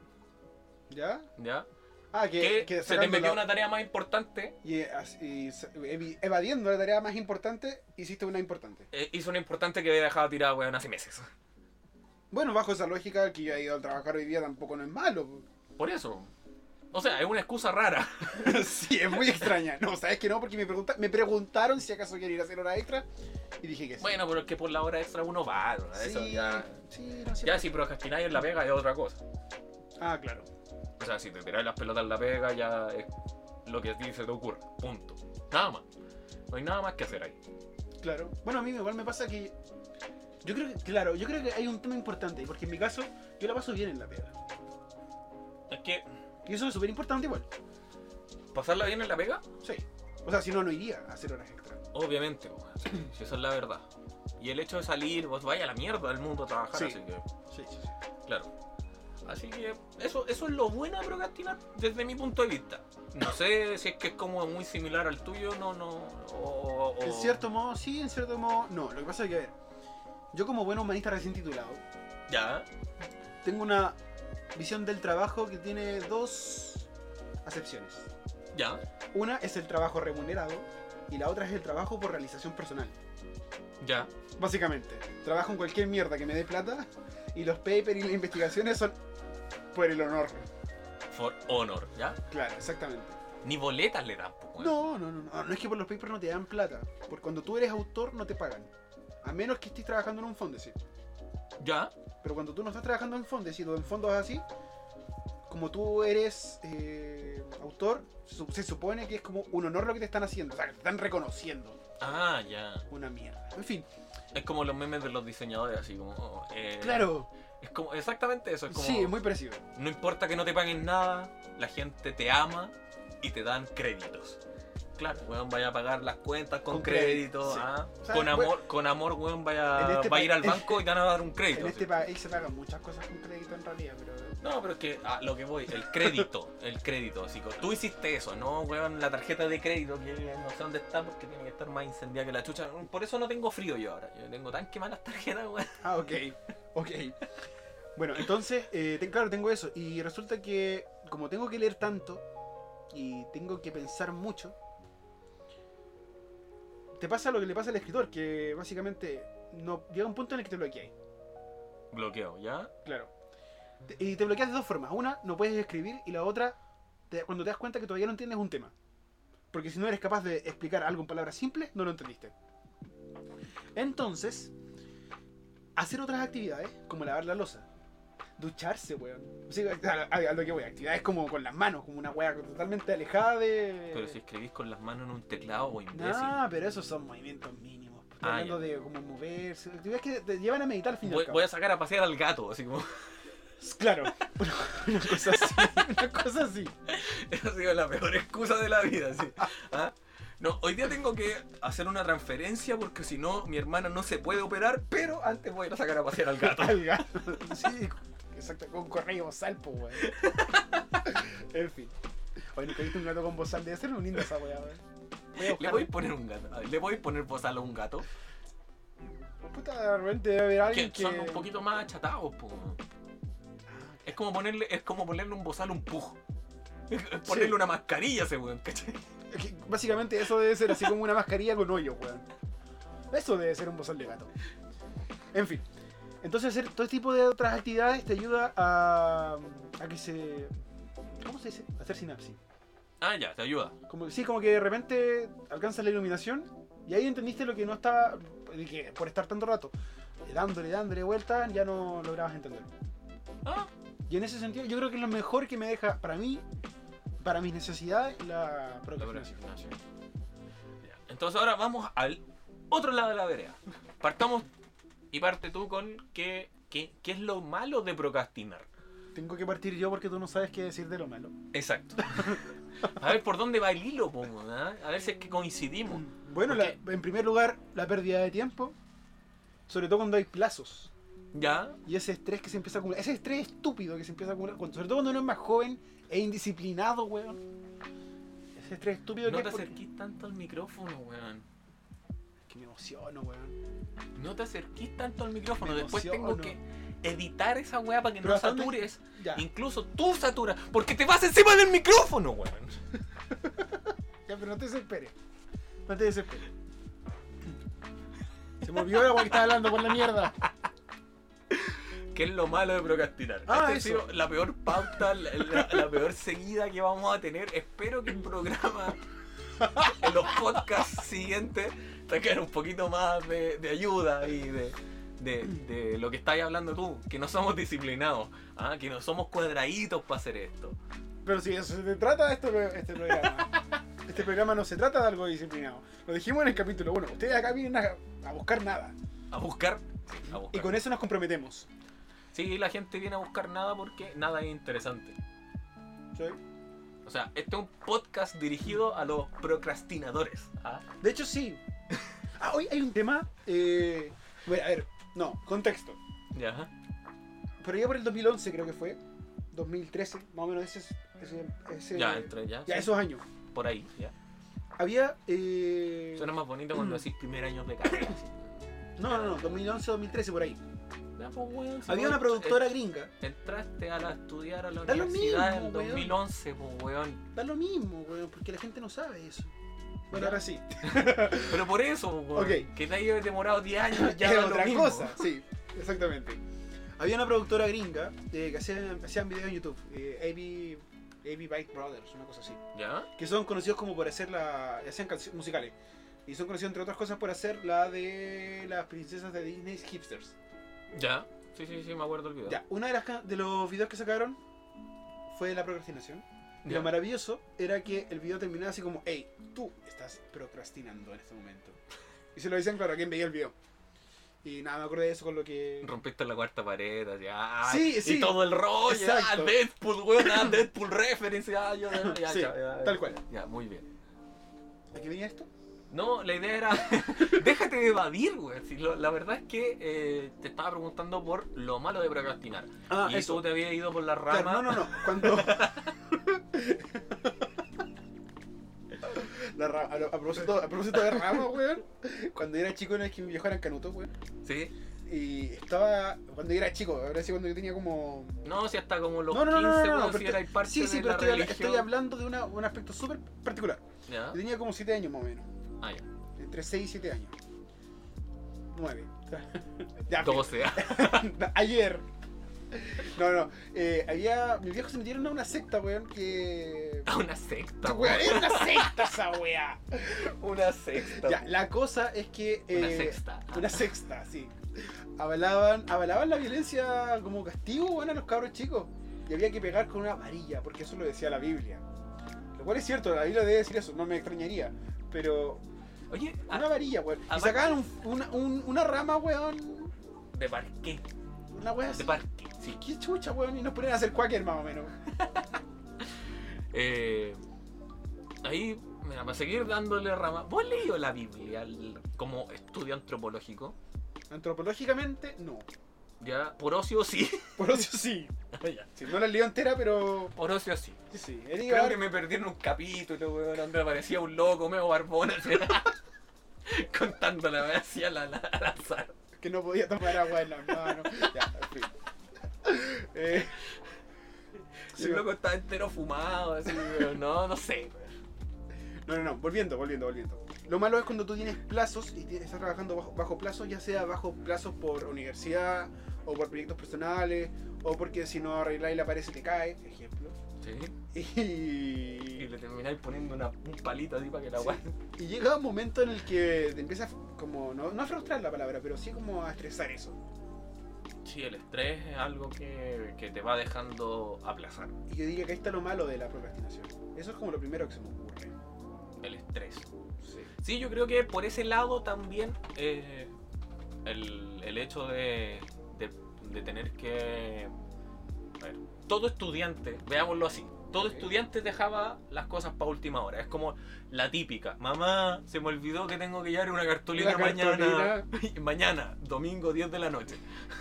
Speaker 2: ¿Ya?
Speaker 1: ¿ya?
Speaker 2: Ah, que,
Speaker 1: Que
Speaker 2: que
Speaker 1: se te
Speaker 2: sacando
Speaker 1: metió
Speaker 2: la-
Speaker 1: una tarea más importante,
Speaker 2: Y, eh, as- y sa- evi- evadiendo la tarea más importante, hiciste una importante.
Speaker 1: eh, hizo una importante que había dejado tirada, weón, hace meses.
Speaker 2: Bueno, bajo esa lógica, el que yo he ido a trabajar hoy día tampoco no es malo.
Speaker 1: Por eso. O sea, es una excusa rara.
Speaker 2: sí, es muy extraña. No, sabes que no, porque me, pregunta- me preguntaron si acaso quería ir a hacer hora extra y dije que sí.
Speaker 1: Bueno, pero es que por la hora extra uno va, ¿no? eso
Speaker 2: sí,
Speaker 1: ya...
Speaker 2: sí, no sé.
Speaker 1: Ya si procrastináis en la pega es otra cosa.
Speaker 2: Ah, claro.
Speaker 1: O sea, si te tiráis las pelotas en la pega ya es lo que a ti se te ocurre. Punto. Nada más. No hay nada más que hacer ahí.
Speaker 2: Claro. Bueno, a mí igual me pasa que Yo creo que, claro, yo creo que hay un tema importante, porque en mi caso, yo la paso bien en la pega.
Speaker 1: Es que
Speaker 2: Y eso es súper importante igual.
Speaker 1: pasarla bien en la pega,
Speaker 2: Sí. O sea, si no, no iría a hacer horas extra.
Speaker 1: obviamente, po, weón. Sí, si eso es la verdad. Y el hecho de salir, vos vaya a la mierda del mundo a trabajar,
Speaker 2: Sí.
Speaker 1: así que,
Speaker 2: Sí, sí, sí.
Speaker 1: claro. Así que eso, eso es lo bueno de procrastinar desde mi punto de vista. No sé si es que es como muy similar al tuyo, no, no. O, o-
Speaker 2: En cierto modo, sí, en cierto modo, no. Lo que pasa es que, a ver, yo como buen humanista recién titulado,
Speaker 1: Ya,
Speaker 2: tengo una visión del trabajo que tiene dos acepciones.
Speaker 1: ya,
Speaker 2: Una es el trabajo remunerado y la otra es el trabajo por realización personal.
Speaker 1: ya.
Speaker 2: Básicamente, trabajo en cualquier mierda que me dé plata y los papers y las investigaciones son por el honor.
Speaker 1: For honor, ¿ya?
Speaker 2: Claro, exactamente.
Speaker 1: Ni boletas le dan, pues, po, weón.
Speaker 2: No, no, no, no, no es que por los papers no te dan plata, porque cuando tú eres autor no te pagan. A menos que estés trabajando en un fondo, sí.
Speaker 1: Ya,
Speaker 2: Pero cuando tú no estás trabajando en fondos, y en fondos así, como tú eres eh, autor, su- se supone que es como un honor lo que te están haciendo, o sea, que te están reconociendo.
Speaker 1: ah, ya.
Speaker 2: Una mierda. En fin,
Speaker 1: Es como los memes de los diseñadores, así como. oh, eh,
Speaker 2: claro,
Speaker 1: Es como exactamente eso, es como.
Speaker 2: sí, es muy parecido.
Speaker 1: No importa que no te paguen nada, la gente te ama y te dan créditos. Claro, weón, vaya a pagar las cuentas con,
Speaker 2: Con
Speaker 1: crédito.
Speaker 2: crédito, sí.
Speaker 1: ah.
Speaker 2: O sea,
Speaker 1: con
Speaker 2: we-
Speaker 1: amor, con amor, weón,
Speaker 2: En
Speaker 1: vaya,
Speaker 2: este
Speaker 1: va a
Speaker 2: pa-
Speaker 1: ir al
Speaker 2: en-
Speaker 1: banco y te van a dar un
Speaker 2: En
Speaker 1: crédito.
Speaker 2: este
Speaker 1: sí.
Speaker 2: país se pagan muchas cosas con crédito en realidad, pero.
Speaker 1: No, pero es que a lo que voy, el crédito, el crédito, así como, tú hiciste eso, no, weón, la tarjeta de crédito, que eh, no sé dónde está porque tiene que estar más incendiada que la chucha. Por eso no tengo frío yo ahora, yo tengo tan quemadas las tarjetas, weón.
Speaker 2: Ah, ok, ok. Bueno, entonces, eh, ten- claro, tengo eso. Y resulta que, como tengo que leer tanto y tengo que pensar mucho, te pasa lo que le pasa al escritor, que básicamente no llega un punto en el que te bloqueas.
Speaker 1: Bloqueo, ¿ya?
Speaker 2: Claro. Te- Y te bloqueas de dos formas. Una, no puedes escribir, y la otra, te- cuando te das cuenta que todavía no entiendes un tema. Porque si no eres capaz de explicar algo en palabras simples, no lo entendiste. Entonces, hacer otras actividades, como lavar la losa, ducharse, weón. O sea, a, a- a lo que voy, actividades como con las manos, como una weá totalmente alejada de.
Speaker 1: Pero si escribís con las manos en un teclado, weón, imbécil.
Speaker 2: Nah, pero esos son movimientos mínimos. Estoy
Speaker 1: Ah,
Speaker 2: hablando de como moverse, actividades que te llevan a meditar al final.
Speaker 1: Voy, voy a sacar a pasear al gato, así como.
Speaker 2: Pues Claro, una, una cosa así. Una cosa así.
Speaker 1: Esa ha sido la peor excusa de la vida, sí. ¿Ah? No, hoy día tengo que hacer una transferencia porque si no, mi hermana no se puede operar, pero antes voy a ir a sacar a pasear al gato.
Speaker 2: Al gato. Sí, exacto, con correo bozal, po, weón. En fin. Oye, nunca he visto un gato con bozal, debe ser un lindo esa weá, weón. Voy a
Speaker 1: Le
Speaker 2: buscar-
Speaker 1: voy a poner un gato. a ver, Le voy a poner bozal a un gato.
Speaker 2: Puta, de repente debe haber alguien
Speaker 1: Que
Speaker 2: que.
Speaker 1: son un poquito más achatados, po. Es como ponerle, es como ponerle un bozal a un puj. Es Ponerle
Speaker 2: Sí.
Speaker 1: una mascarilla a ese weón, ¿cachai?
Speaker 2: que Básicamente eso debe ser así como una mascarilla con hoyo, weón. Eso debe ser un bozal de gato. En fin. Entonces hacer todo este tipo de otras actividades te ayuda a. a que se. ¿Cómo se dice? Hacer sinapsis.
Speaker 1: Ah, ya, te ayuda.
Speaker 2: Como, sí, como que de repente alcanzas la iluminación y ahí entendiste lo que no estaba, de que por estar tanto rato eh, dándole, dándole vuelta, ya no lograbas entender.
Speaker 1: Ah,
Speaker 2: Y en ese sentido, yo creo que es lo mejor que me deja para mí, para mis necesidades, la procrastinación.
Speaker 1: Ah, Ya. Entonces ahora vamos al otro lado de la vereda. Partamos y parte tú con qué, qué, qué es lo malo de procrastinar.
Speaker 2: Tengo que partir yo porque tú no sabes qué decir de lo malo.
Speaker 1: Exacto. A ver por dónde va el hilo, po, ¿ah? a ver si es que coincidimos.
Speaker 2: Bueno,
Speaker 1: ¿Por
Speaker 2: la-
Speaker 1: qué?
Speaker 2: en primer lugar, la pérdida de tiempo, sobre todo cuando hay plazos.
Speaker 1: ¿Ya?
Speaker 2: Y ese estrés que se empieza a acumular, ese estrés estúpido que se empieza a acumular, cuando- sobre todo cuando uno es más joven e indisciplinado, weón. Ese estrés estúpido que
Speaker 1: No
Speaker 2: es
Speaker 1: te
Speaker 2: porque-
Speaker 1: acerquís tanto al micrófono, weón.
Speaker 2: Que me emociono, weón.
Speaker 1: No te acerquís tanto al micrófono.
Speaker 2: Me
Speaker 1: Después tengo
Speaker 2: emociono.
Speaker 1: que editar esa weá para que
Speaker 2: Pero
Speaker 1: no
Speaker 2: ¿hasta dónde-
Speaker 1: satures.
Speaker 2: Ya,
Speaker 1: Incluso tú saturas, porque te vas encima del micrófono, weón.
Speaker 2: ya, pero no te desesperes. No te desesperes. Se me olvidó la weá que estaba hablando con la mierda.
Speaker 1: ¿Qué es lo malo de
Speaker 2: Ah,
Speaker 1: procrastinar? Esta ha
Speaker 2: eso.
Speaker 1: sido la peor pauta, la, la- la peor seguida que vamos a tener. Espero que el programa, en los podcasts siguientes, saquen un poquito más de, de ayuda y de, de- de lo que estáis hablando tú. Que no somos disciplinados, ¿ah? que no somos cuadraditos para hacer esto.
Speaker 2: Pero si eso se trata de esto, este programa. Este programa no se trata de algo disciplinado. Lo dijimos en el capítulo 1. Ustedes acá vienen a, a buscar nada.
Speaker 1: A buscar a
Speaker 2: Y
Speaker 1: buscar.
Speaker 2: con eso nos comprometemos.
Speaker 1: Sí, la gente viene a buscar nada porque nada es interesante.
Speaker 2: ¿sí?
Speaker 1: O sea, este es un podcast dirigido a los procrastinadores. ¿ah?
Speaker 2: De hecho, sí. Ah, hoy hay un tema. eh, bueno, a ver, no, contexto.
Speaker 1: Ya.
Speaker 2: Por allá por el 2011 creo que fue. 2013, más o menos ese. ese, ese-
Speaker 1: Ya, entré, ya.
Speaker 2: ya
Speaker 1: sí,
Speaker 2: esos años.
Speaker 1: Por ahí, ya.
Speaker 2: Había. eh,
Speaker 1: Suena más bonito cuando decís primer año de carrera. así.
Speaker 2: No, no, no, 2011, 2013, por ahí.
Speaker 1: Ya, pues, weón, si
Speaker 2: Había
Speaker 1: vos
Speaker 2: una
Speaker 1: ent-
Speaker 2: productora gringa.
Speaker 1: Entraste a, la- a estudiar a la
Speaker 2: Da lo
Speaker 1: universidad
Speaker 2: mismo,
Speaker 1: en
Speaker 2: weón.
Speaker 1: 2011, pues, weón.
Speaker 2: Da lo mismo, weón, porque la gente no sabe eso. Bueno,
Speaker 1: Ya.
Speaker 2: ahora sí.
Speaker 1: Pero por eso, pues, weón.
Speaker 2: Ok.
Speaker 1: Que te haya demorado 10 años ya.
Speaker 2: es
Speaker 1: da lo
Speaker 2: otra
Speaker 1: mismo.
Speaker 2: cosa. Sí, exactamente. Había una productora gringa eh, que hacían, hacían videos en YouTube, eh, AB, AB Bike Brothers, una cosa así.
Speaker 1: ¿Ya?
Speaker 2: Que son conocidos como por hacer la. hacían canciones musicales. Y son conocidos entre otras cosas por hacer la de las princesas de Disney hipsters.
Speaker 1: Ya. Sí, sí, sí, me acuerdo el video.
Speaker 2: Ya, una de las ca- de los videos que sacaron fue de la procrastinación. Y
Speaker 1: Ya.
Speaker 2: lo maravilloso era que el video terminaba así como, hey, tú estás procrastinando en este momento. Y se lo decían claro a quien veía el video. Y nada, me acordé de eso con lo que...
Speaker 1: Rompiste la cuarta pared, así, ah,
Speaker 2: Sí, sí.
Speaker 1: y todo el rollo, ah,
Speaker 2: Exacto.
Speaker 1: Deadpool, weón, ah, Deadpool reference, ah, yo, ya, ya,
Speaker 2: Sí,
Speaker 1: ya, ya,
Speaker 2: tal cual.
Speaker 1: Ya, muy bien.
Speaker 2: ¿A qué venía esto?
Speaker 1: No, la idea era, déjate de evadir, weón, si lo- la verdad es que eh, te estaba preguntando por lo malo de procrastinar,
Speaker 2: Ah,
Speaker 1: y tú te habías ido por la rama,
Speaker 2: Claro, no, no, no. Cuando... La ra- a, lo- a propósito, a propósito de ramas, weón. Cuando era chico, no es que mi viejo era canuto, weón.
Speaker 1: ¿sí?
Speaker 2: Y estaba. Cuando era chico, ahora sí, cuando yo tenía como
Speaker 1: No, si hasta como los
Speaker 2: No, no, no,
Speaker 1: 15,
Speaker 2: no, no, no,
Speaker 1: weón,
Speaker 2: pero
Speaker 1: si
Speaker 2: te-
Speaker 1: erais parte
Speaker 2: Sí, sí,
Speaker 1: de
Speaker 2: pero
Speaker 1: la
Speaker 2: estoy, habla-
Speaker 1: religión.
Speaker 2: estoy hablando de una- un aspecto súper particular.
Speaker 1: Ya,
Speaker 2: Yo tenía como 7 años más o menos.
Speaker 1: ah, ya,
Speaker 2: Entre 6 y 7 años. 9. ya,
Speaker 1: como sea,
Speaker 2: fíjate. ayer. No, no. eh, había. Mis viejos se metieron a una secta, weón, que.
Speaker 1: a una secta,
Speaker 2: Weón,
Speaker 1: weón,
Speaker 2: era una secta esa weá.
Speaker 1: una secta,
Speaker 2: Ya, la cosa es que.
Speaker 1: una
Speaker 2: eh,
Speaker 1: sexta, ah,
Speaker 2: Una sexta, sí. Avalaban, avalaban la violencia como castigo bueno, a los cabros chicos. Y había que pegar con una varilla, porque eso lo decía la Biblia. Lo cual es cierto, la Biblia debe decir eso, no me extrañaría. Pero
Speaker 1: oye, ah,
Speaker 2: una varilla, weón. Y
Speaker 1: aparte-
Speaker 2: sacaban un- una, un- una rama, weón.
Speaker 1: de parque,
Speaker 2: Una weá así.
Speaker 1: de parque, sí,
Speaker 2: Qué chucha, weón. Y nos ponían a hacer quaker más o menos.
Speaker 1: Eh, ahí, mira, para seguir dándole rama. ¿Vos has leído la Biblia el- como estudio antropológico?
Speaker 2: Antropológicamente, no.
Speaker 1: Ya, por ocio sí.
Speaker 2: Por eso sí. Sí, no la leo entera, pero.
Speaker 1: por ocio sí.
Speaker 2: Sí, sí. He leído
Speaker 1: Creo
Speaker 2: harto.
Speaker 1: que me perdí en un capítulo, weón, donde aparecía un loco medio barbón, así, contándole así a la, la, al azar.
Speaker 2: que no podía tomar agua en las manos. Ya, en fin. Eh,
Speaker 1: Y
Speaker 2: sí,
Speaker 1: el loco estaba entero fumado, así, weón. No, no sé.
Speaker 2: no, no, no, volviendo, volviendo, volviendo. Lo malo es cuando tú tienes plazos y tienes- estás trabajando bajo, bajo plazos, ya sea bajo plazos por universidad o por proyectos personales o porque si no arregláis la pared se te cae, ejemplo.
Speaker 1: Sí. Y
Speaker 2: Y,
Speaker 1: le termináis poniendo una, un palito así para que la
Speaker 2: Sí.
Speaker 1: weón.
Speaker 2: y llega un momento en el que te empiezas como, no, no a frustrar la palabra, pero sí como a estresar eso.
Speaker 1: Sí, el estrés es algo que, que te va dejando aplazar.
Speaker 2: Y yo diría que ahí está lo malo de la procrastinación. Eso es como lo primero que se me ocurre.
Speaker 1: El estrés.
Speaker 2: Sí.
Speaker 1: Sí, yo creo que por ese lado también eh, el, el hecho de, de- de tener que... bueno, todo estudiante, veámoslo así, todo
Speaker 2: Ok.
Speaker 1: estudiante dejaba las cosas para última hora. Es como la típica, mamá, se me olvidó que tengo que llevar una cartulina,
Speaker 2: Una cartulina.
Speaker 1: mañana. mañana, domingo 10 de la noche.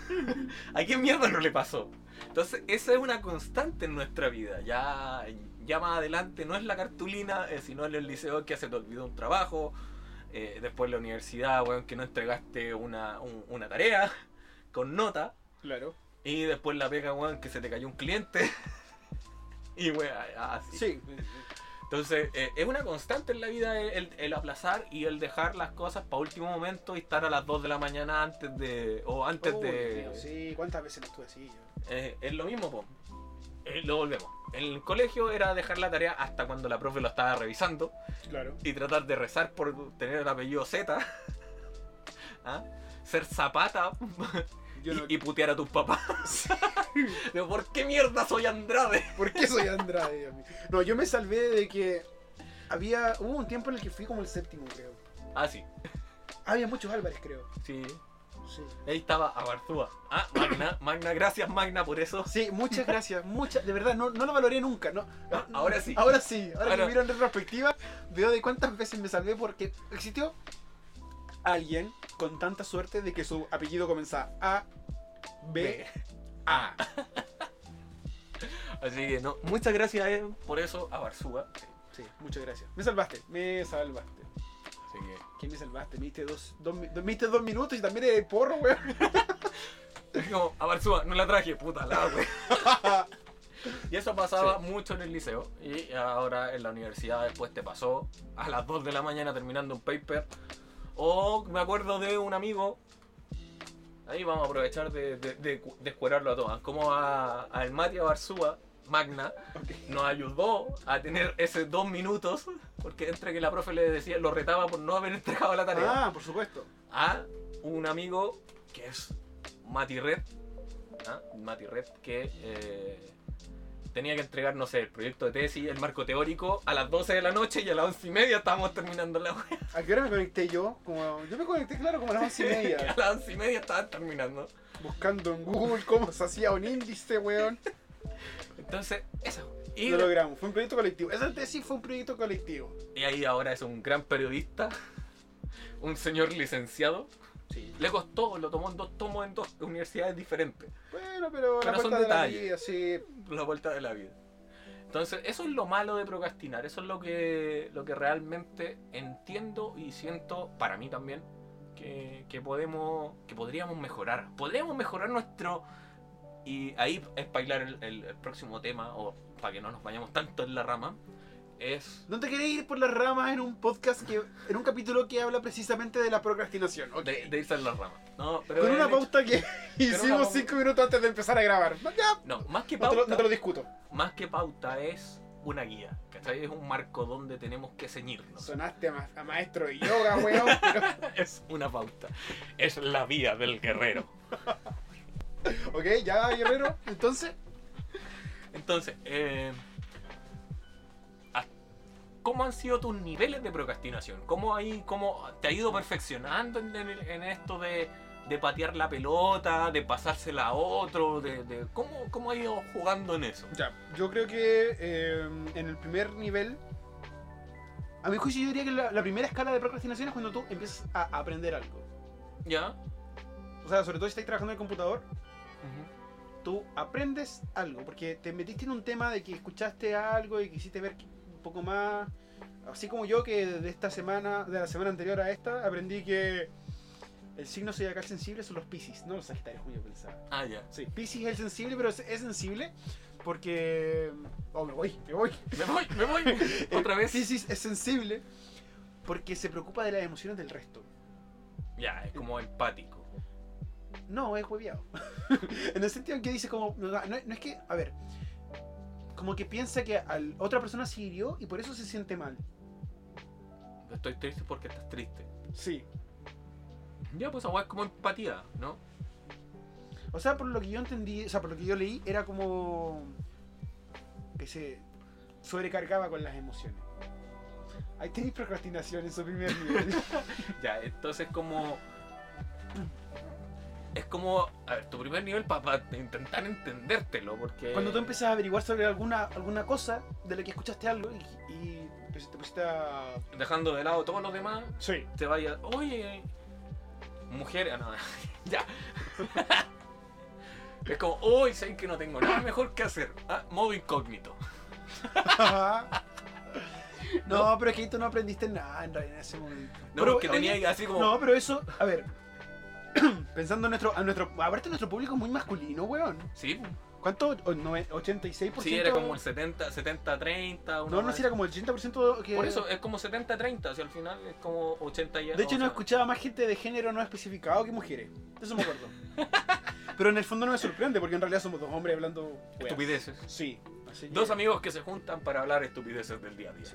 Speaker 1: ¿A quién mierda no le pasó? Entonces, esa es una constante en nuestra vida. Ya, ya más adelante no es la cartulina, eh, sino en el liceo que se te olvidó un trabajo. eh, después la universidad, weón, que no entregaste una, un- una tarea con nota.
Speaker 2: Claro.
Speaker 1: Y después la pega, weón, que se te cayó un cliente. y, weón, así.
Speaker 2: Sí.
Speaker 1: Entonces, eh, es una constante en la vida el, el aplazar y el dejar las cosas para último momento y estar a las 2 de la mañana antes de. o antes
Speaker 2: Uy,
Speaker 1: de.
Speaker 2: Oh, Dios mío, sí, ¿cuántas veces no estuve así yo?
Speaker 1: Eh, es lo mismo, po. Eh, lo volvemos. En el colegio era dejar la tarea hasta cuando la profe lo estaba revisando
Speaker 2: Claro.
Speaker 1: y tratar de rezar por tener el apellido Z. ¿Ah? Ser zapata
Speaker 2: Yo no-
Speaker 1: y, y putear a tus papás. De, ¿Por qué mierda soy Andrade?
Speaker 2: ¿Por qué soy Andrade? Dios mío? No, yo me salvé de que había. Hubo un tiempo en el que fui como el séptimo, creo.
Speaker 1: Ah, sí.
Speaker 2: Había muchos Álvarez, creo.
Speaker 1: Sí.
Speaker 2: Sí.
Speaker 1: Ahí estaba Abarzúa. Ah, Magna, Magna, gracias Magna por eso.
Speaker 2: Sí, muchas gracias, muchas, de verdad, no, no lo valoré nunca, no, no, no,
Speaker 1: Ahora sí.
Speaker 2: ahora sí, ahora que
Speaker 1: Ahora-
Speaker 2: miro en retrospectiva, veo de cuántas veces me salvé porque existió alguien con tanta suerte de que su apellido comenzaba A, B, A.
Speaker 1: Así que no, muchas gracias a él por eso Abarzúa.
Speaker 2: Sí, muchas gracias. Me salvaste, me salvaste.
Speaker 1: Así que
Speaker 2: ¿Qué me salvaste? Me diste dos, dos, mi- dos- me diste dos minutos y también eres porro, weón.
Speaker 1: es como Abarzúa, no la traje, puta la wea. Y eso pasaba mucho en el liceo. Y ahora en la universidad después te pasó a las 2 de la mañana terminando un paper. O me acuerdo de un amigo. Ahí vamos a aprovechar de, de, de, cu- de escuerarlo a todas. Como a, a el Mati Barzúa, Magna,
Speaker 2: Ok.
Speaker 1: nos ayudó a tener esos dos minutos. Porque entre que la profe le decía, lo retaba por no haber entregado la tarea
Speaker 2: Ah, por supuesto.
Speaker 1: a un amigo que es Mati Red, ¿ah? Mati Red, que eh, tenía que entregar, no sé, el proyecto de tesis, el marco teórico, a las 12 de la noche y a las 11 y media estábamos terminando la web.
Speaker 2: ¿A qué hora me conecté yo? Como, yo me conecté, claro, como a las once y media.
Speaker 1: a las 11 y media estaban terminando.
Speaker 2: buscando en Google cómo se hacía un índice, weón.
Speaker 1: Entonces, eso. Y,
Speaker 2: Lo logramos, fue un proyecto colectivo. Esa tesis fue un proyecto colectivo.
Speaker 1: y ahí ahora es un gran periodista, un señor licenciado.
Speaker 2: Sí.
Speaker 1: Le costó, lo tomó en dos tomos en dos universidades diferentes.
Speaker 2: Bueno, pero,
Speaker 1: Pero
Speaker 2: la
Speaker 1: son
Speaker 2: vuelta de la
Speaker 1: detalles.
Speaker 2: vida, sí.
Speaker 1: la vuelta de la vida. Entonces, eso es lo malo de procrastinar, eso es lo que, lo que realmente entiendo y siento para mí también que, que podemos que podríamos mejorar. Podríamos mejorar nuestro y ahí es bailar el, el- el próximo tema o para que no nos vayamos tanto en la rama es
Speaker 2: No te querés ir por las ramas en un podcast que. en un capítulo que habla precisamente de la procrastinación. Ok.
Speaker 1: de, de irse en la rama. No, pero
Speaker 2: Con
Speaker 1: el
Speaker 2: una
Speaker 1: hecho-
Speaker 2: pauta que
Speaker 1: una
Speaker 2: hicimos
Speaker 1: pauta.
Speaker 2: cinco minutos antes de empezar a grabar. Ya,
Speaker 1: no, más que
Speaker 2: No te,
Speaker 1: pauta,
Speaker 2: lo, no te lo discuto.
Speaker 1: más que pauta es una guía, ¿cachai? Es un marco donde tenemos que ceñirnos.
Speaker 2: Sonaste a, ma- a maestro de yoga, weón. pero-
Speaker 1: Es una pauta. Es la vía del guerrero.
Speaker 2: ok, ya, guerrero. Entonces,
Speaker 1: Entonces, eh, ah, ¿cómo han sido tus niveles de procrastinación? ¿Cómo, ahí, cómo te ha ido perfeccionando en, en- en esto de, de patear la pelota, de pasársela a otro? De, de- ¿cómo, ¿Cómo ha ido jugando en eso?
Speaker 2: ya. Yo creo que eh, en el primer nivel. A mi juicio, yo diría que la, la primera escala de procrastinación es cuando tú empiezas a aprender algo.
Speaker 1: ¿Ya?
Speaker 2: O sea, sobre todo si estás trabajando en el computador, tú aprendes algo, porque te metiste en un tema de que escuchaste algo y quisiste ver un poco más. Así como yo que de esta semana, de la semana anterior a esta, aprendí que el signo zodiacal sensible son los Pisces, no los Sagitarios, como yo pensaba.
Speaker 1: Ah, ya.
Speaker 2: Sí, Pisces es el sensible, pero es, es sensible porque. Oh, me voy, me voy.
Speaker 1: Me voy, me voy. Otra
Speaker 2: Eh,
Speaker 1: vez.
Speaker 2: Pisces es sensible porque se preocupa de las emociones del resto.
Speaker 1: Ya, es como empático.
Speaker 2: No, es hueviado. en el sentido que dice como. No, no- no es que. A ver. Como que piensa que a otra persona se hirió y por eso se siente mal.
Speaker 1: Estoy triste porque estás triste.
Speaker 2: Sí.
Speaker 1: Ya, pues agua es como empatía, ¿no?
Speaker 2: O sea, por lo que yo entendí, o sea, por lo que yo leí, era como. que se sobrecargaba con las emociones. Ahí tenéis procrastinación en su primer nivel.
Speaker 1: Ya, entonces como... Es como, a ver, tu primer nivel para intentar entendértelo, porque...
Speaker 2: Cuando tú empiezas a averiguar sobre alguna, alguna cosa de la que escuchaste algo y, y pues, te pusiste a.
Speaker 1: Dejando de lado todos los demás,
Speaker 2: Sí.
Speaker 1: te vayas... Oye, mujer... ah, No, ya. es como, hoy sé que no tengo nada mejor que hacer. Ah, modo incógnito.
Speaker 2: no, pero es que tú no aprendiste nada en realidad en ese momento.
Speaker 1: No,
Speaker 2: Pero,
Speaker 1: porque tenía
Speaker 2: oye,
Speaker 1: así como...
Speaker 2: No, pero eso, a ver. Pensando en nuestro, a nuestro. Aparte, nuestro público es muy masculino, weón.
Speaker 1: Sí,
Speaker 2: ¿Cuánto? O- no, eh, ¿86%?
Speaker 1: sí, era como el 70, 70, 30... una
Speaker 2: No, no,
Speaker 1: madre-
Speaker 2: si era como el 80% que.
Speaker 1: Por eso, es como 70, 30, o sea, al final es como 80 y...
Speaker 2: De hecho, no
Speaker 1: o sea,
Speaker 2: escuchaba más gente de género no especificado que mujeres. De Eso me acuerdo. Pero en el fondo no me sorprende, porque en realidad somos dos hombres hablando. weas.
Speaker 1: Estupideces.
Speaker 2: Sí. así que-
Speaker 1: Dos amigos que se juntan para hablar estupideces del día a día.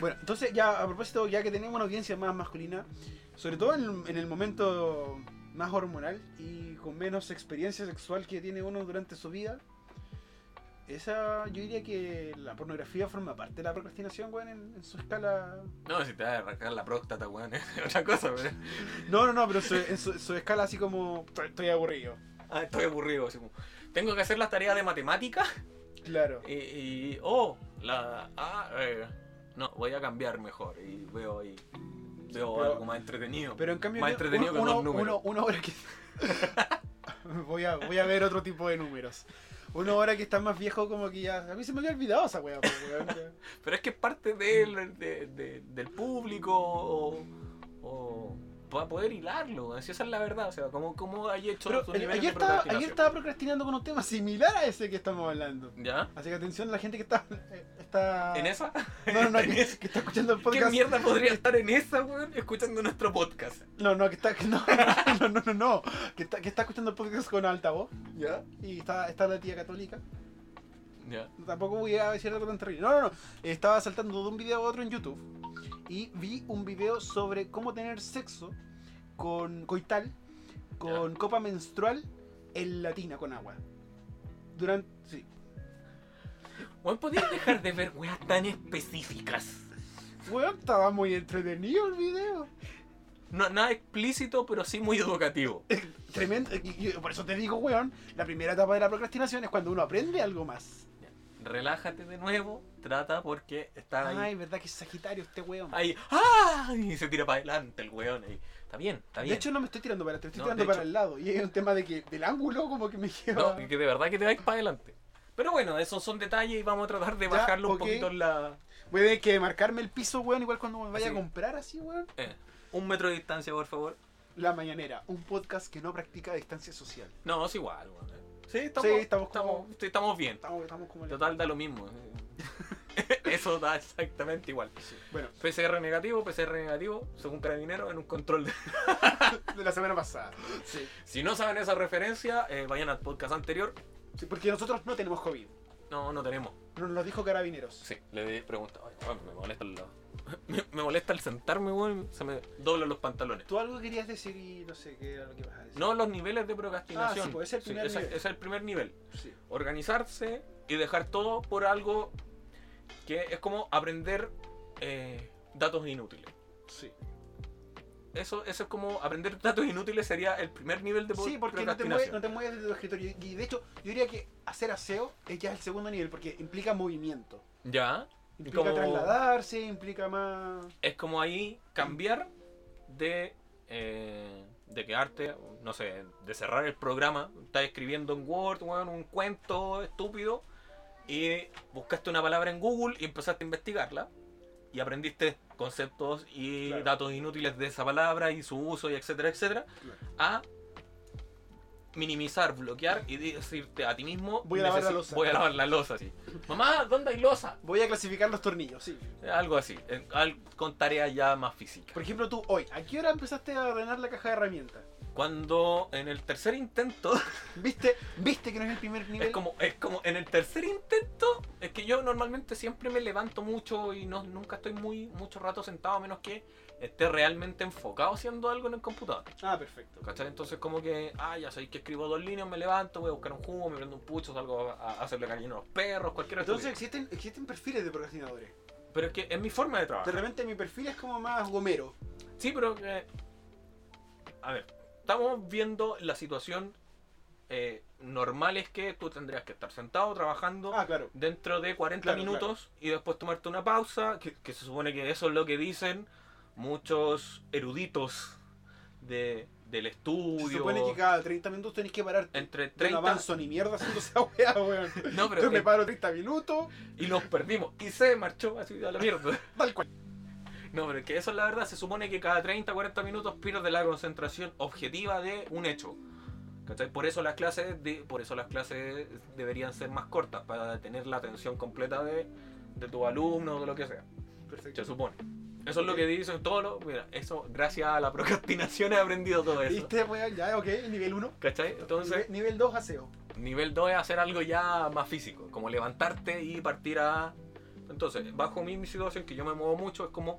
Speaker 2: Bueno, entonces ya a propósito, ya que tenemos una audiencia más masculina, sobre todo en, en el momento más hormonal y con menos experiencia sexual que tiene uno durante su vida, Esa, yo diría que la pornografía forma parte de la procrastinación, weón, en, en su escala.
Speaker 1: No, si te vas a arrancar la próstata, weón, es otra cosa, weón.
Speaker 2: No, no, no, pero su- en su, su escala así como. "Estoy- Estoy aburrido.
Speaker 1: Ah, estoy aburrido. así como, Tengo que hacer las tareas de matemática
Speaker 2: Claro.
Speaker 1: y. y- oh, la. Ah, eh, no, voy a cambiar mejor y veo ahí. Veo
Speaker 2: Pero-
Speaker 1: algo más entretenido.
Speaker 2: Pero en cambio.
Speaker 1: Más
Speaker 2: yo-
Speaker 1: entretenido que
Speaker 2: uno-
Speaker 1: los
Speaker 2: uno-
Speaker 1: números.
Speaker 2: uno- una hora que. voy, a, voy a ver otro tipo de números. Una hora que está más viejo, como que ya. A mí se me había olvidado esa weá, pues, weón.
Speaker 1: Pero es que es parte del, de- de- del público o, o para poder hilarlo, así esa es la verdad, o sea, como, como hay hecho
Speaker 2: Pero
Speaker 1: tus
Speaker 2: el-
Speaker 1: niveles
Speaker 2: ayer,
Speaker 1: de
Speaker 2: estaba, ayer
Speaker 1: procrastinación.
Speaker 2: estaba procrastinando con un tema similar a ese que estamos hablando.
Speaker 1: ¿Ya?
Speaker 2: Así que atención a la gente que está. eh, está...
Speaker 1: ¿En esa?
Speaker 2: No, no, no,
Speaker 1: ¿En
Speaker 2: que,
Speaker 1: esa?
Speaker 2: que está escuchando el
Speaker 1: ¿Qué
Speaker 2: podcast.
Speaker 1: mierda podría estar en esa, weón? Escuchando nuestro podcast.
Speaker 2: No, no, que está. que no, no, no, no, no. Que está, que está escuchando el podcast con altavoz.
Speaker 1: ¿Ya?
Speaker 2: Y está, está la tía católica.
Speaker 1: ¿Ya?
Speaker 2: Tampoco voy a decir algo tan terrible. No, no, no. Estaba saltando de un video a otro en YouTube. Y vi un video sobre cómo tener sexo con coital, con copa menstrual en la tina con agua. Durante. Sí.
Speaker 1: Weón, ¿podrías dejar de ver weas tan específicas?
Speaker 2: Weón, estaba muy entretenido el video.
Speaker 1: No, nada explícito, pero sí muy educativo.
Speaker 2: Tremendo. y- y por eso te digo, weón, la primera etapa de la procrastinación es cuando uno aprende algo más.
Speaker 1: Relájate de nuevo, trata porque está ahí.
Speaker 2: Ay, verdad que es Sagitario este weón.
Speaker 1: Ahí, ¡ah! Y se tira para adelante el weón ahí. Está bien, está
Speaker 2: de
Speaker 1: bien.
Speaker 2: hecho, no me estoy tirando para atrás, estoy
Speaker 1: No,
Speaker 2: tirando
Speaker 1: de
Speaker 2: para
Speaker 1: hecho.
Speaker 2: el lado. Y es un tema de que del ángulo como que me lleva.
Speaker 1: No, y que de verdad que te vais para adelante. Pero bueno, esos son detalles y vamos a tratar de
Speaker 2: Ya,
Speaker 1: bajarlo
Speaker 2: ok.
Speaker 1: un poquito en la.
Speaker 2: Voy a tener que marcarme el piso, weón, igual cuando me vaya a
Speaker 1: Así.
Speaker 2: comprar así, weón.
Speaker 1: eh, un metro de distancia, por favor.
Speaker 2: La Mañanera, un podcast que no practica distancia social.
Speaker 1: No, es igual, weón. Sí, estamos,
Speaker 2: Sí, estamos como-
Speaker 1: estamos, sí, estamos bien.
Speaker 2: Estamos, estamos como... en la-
Speaker 1: Total, da lo mismo. Eso da exactamente igual.
Speaker 2: Bueno,
Speaker 1: PCR negativo, PCR negativo, según carabinero, en un control de.
Speaker 2: de la semana pasada. Sí.
Speaker 1: Si no saben esa referencia, eh, vayan al podcast anterior.
Speaker 2: Sí, Porque nosotros no tenemos COVID.
Speaker 1: No, no tenemos.
Speaker 2: Nos lo dijo Carabineros.
Speaker 1: Sí, le pregunta, "Ay, weón, me molesta el me, me molesta el sentarme, weón, se me doblan los pantalones.
Speaker 2: Tú algo querías decir y no sé qué era lo que ibas a decir.
Speaker 1: No los niveles de procrastinación.
Speaker 2: Ah, sí, pues, ese es el primer
Speaker 1: ese-
Speaker 2: nivel.
Speaker 1: ese es el primer nivel.
Speaker 2: Sí.
Speaker 1: Organizarse y dejar todo por algo que es como aprender eh, datos inútiles.
Speaker 2: Sí.
Speaker 1: Eso, eso es como aprender datos inútiles sería el primer nivel de po-
Speaker 2: Sí, porque no te, mueves,
Speaker 1: procrastinación.
Speaker 2: no te mueves desde tu escritorio. Y de hecho, yo diría que hacer aseo es ya el segundo nivel, porque implica movimiento.
Speaker 1: Ya,
Speaker 2: Implica
Speaker 1: Como-
Speaker 2: trasladarse, implica más...
Speaker 1: es como ahí cambiar de, eh, de quedarte, no sé, de cerrar el programa. Estás escribiendo en Word, weón, un cuento estúpido y buscaste una palabra en Google y empezaste a investigarla y aprendiste conceptos y
Speaker 2: Claro.
Speaker 1: datos inútiles de esa palabra y su uso y etcétera, etcétera, a minimizar, bloquear y decirte a ti mismo
Speaker 2: Voy a lavar la
Speaker 1: necesi-
Speaker 2: loza.
Speaker 1: voy a lavar la losa, así. Mamá, ¿dónde hay losa?
Speaker 2: Voy a clasificar los tornillos, sí.
Speaker 1: Algo así, en- al- con tareas ya más físicas.
Speaker 2: Por ejemplo, tú hoy, ¿a qué hora empezaste a ordenar la caja de herramientas?
Speaker 1: Cuando en el tercer intento,
Speaker 2: ¿Viste? ¿Viste que no es el primer nivel?
Speaker 1: es como, es como, en el tercer intento, es que yo normalmente siempre me levanto mucho y no, nunca estoy muy mucho rato sentado a menos que esté realmente enfocado haciendo algo en el computador.
Speaker 2: Ah, perfecto.
Speaker 1: ¿Cachai? Entonces como que, ah, ya sabéis que escribo dos líneas, me levanto, voy a buscar un jugo, me prendo un pucho, salgo a, a hacerle cariño a los perros, cualquier
Speaker 2: Entonces
Speaker 1: estupidez.
Speaker 2: existen, existen perfiles de procrastinadores.
Speaker 1: Pero es que es mi forma de
Speaker 2: De
Speaker 1: trabajar.
Speaker 2: repente mi perfil es como más gomero.
Speaker 1: Sí, pero que. A ver, estamos viendo la situación eh, normal es que tú tendrías que estar sentado trabajando
Speaker 2: Ah, claro.
Speaker 1: dentro de 40
Speaker 2: Claro,
Speaker 1: minutos y después tomarte una pausa, que, que se supone que eso es lo que dicen muchos eruditos de, del
Speaker 2: Se
Speaker 1: estudio.
Speaker 2: supone que cada 30 minutos tenés que parar.
Speaker 1: Entre
Speaker 2: Yo No
Speaker 1: 30
Speaker 2: avanzo ni mierda haciendo esa weá, weón.
Speaker 1: No, pero- eh,
Speaker 2: Yo me paro 30 minutos,
Speaker 1: y nos perdimos. Y se marchó así a la mierda.
Speaker 2: tal cual.
Speaker 1: No, pero es que eso es la verdad. Se supone que cada 30, 40 minutos pierde la concentración objetiva de un hecho. ¿Cachai? Por eso las clases de, por eso las clases deberían ser más cortas, para tener la atención completa de, de tu alumno o de lo que sea. Se
Speaker 2: Perfecto.
Speaker 1: supone. Eso es lo que dicen todos los. Mira, eso, gracias a la procrastinación he aprendido todo eso.
Speaker 2: ¿Viste, weón? Ya, ok, nivel 1.
Speaker 1: ¿Cachai? Entonces,
Speaker 2: nivel 2 aseo.
Speaker 1: nivel 2 es hacer algo ya más físico, como levantarte y partir a. Entonces, bajo mi mi situación, que yo me muevo mucho, es como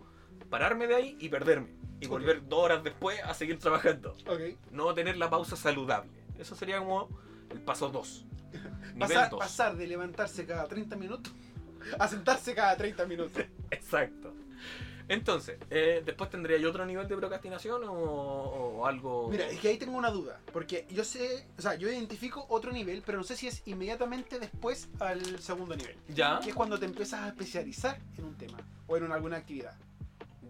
Speaker 1: pararme de ahí y perderme. Y
Speaker 2: Ok.
Speaker 1: volver dos horas después a seguir trabajando.
Speaker 2: Ok.
Speaker 1: No tener la pausa saludable. Eso sería como el paso 2. Nivel
Speaker 2: Pasar,
Speaker 1: 2.
Speaker 2: pasar de levantarse cada 30 minutos a sentarse cada 30 minutos.
Speaker 1: Exacto. Entonces, eh, después tendría yo otro nivel de procrastinación o, o algo.
Speaker 2: Mira, es que ahí tengo una duda, porque yo sé, o sea, yo identifico otro nivel, pero no sé si es inmediatamente después al segundo nivel.
Speaker 1: Ya,
Speaker 2: Que es cuando te empiezas a especializar en un tema o en una- alguna actividad.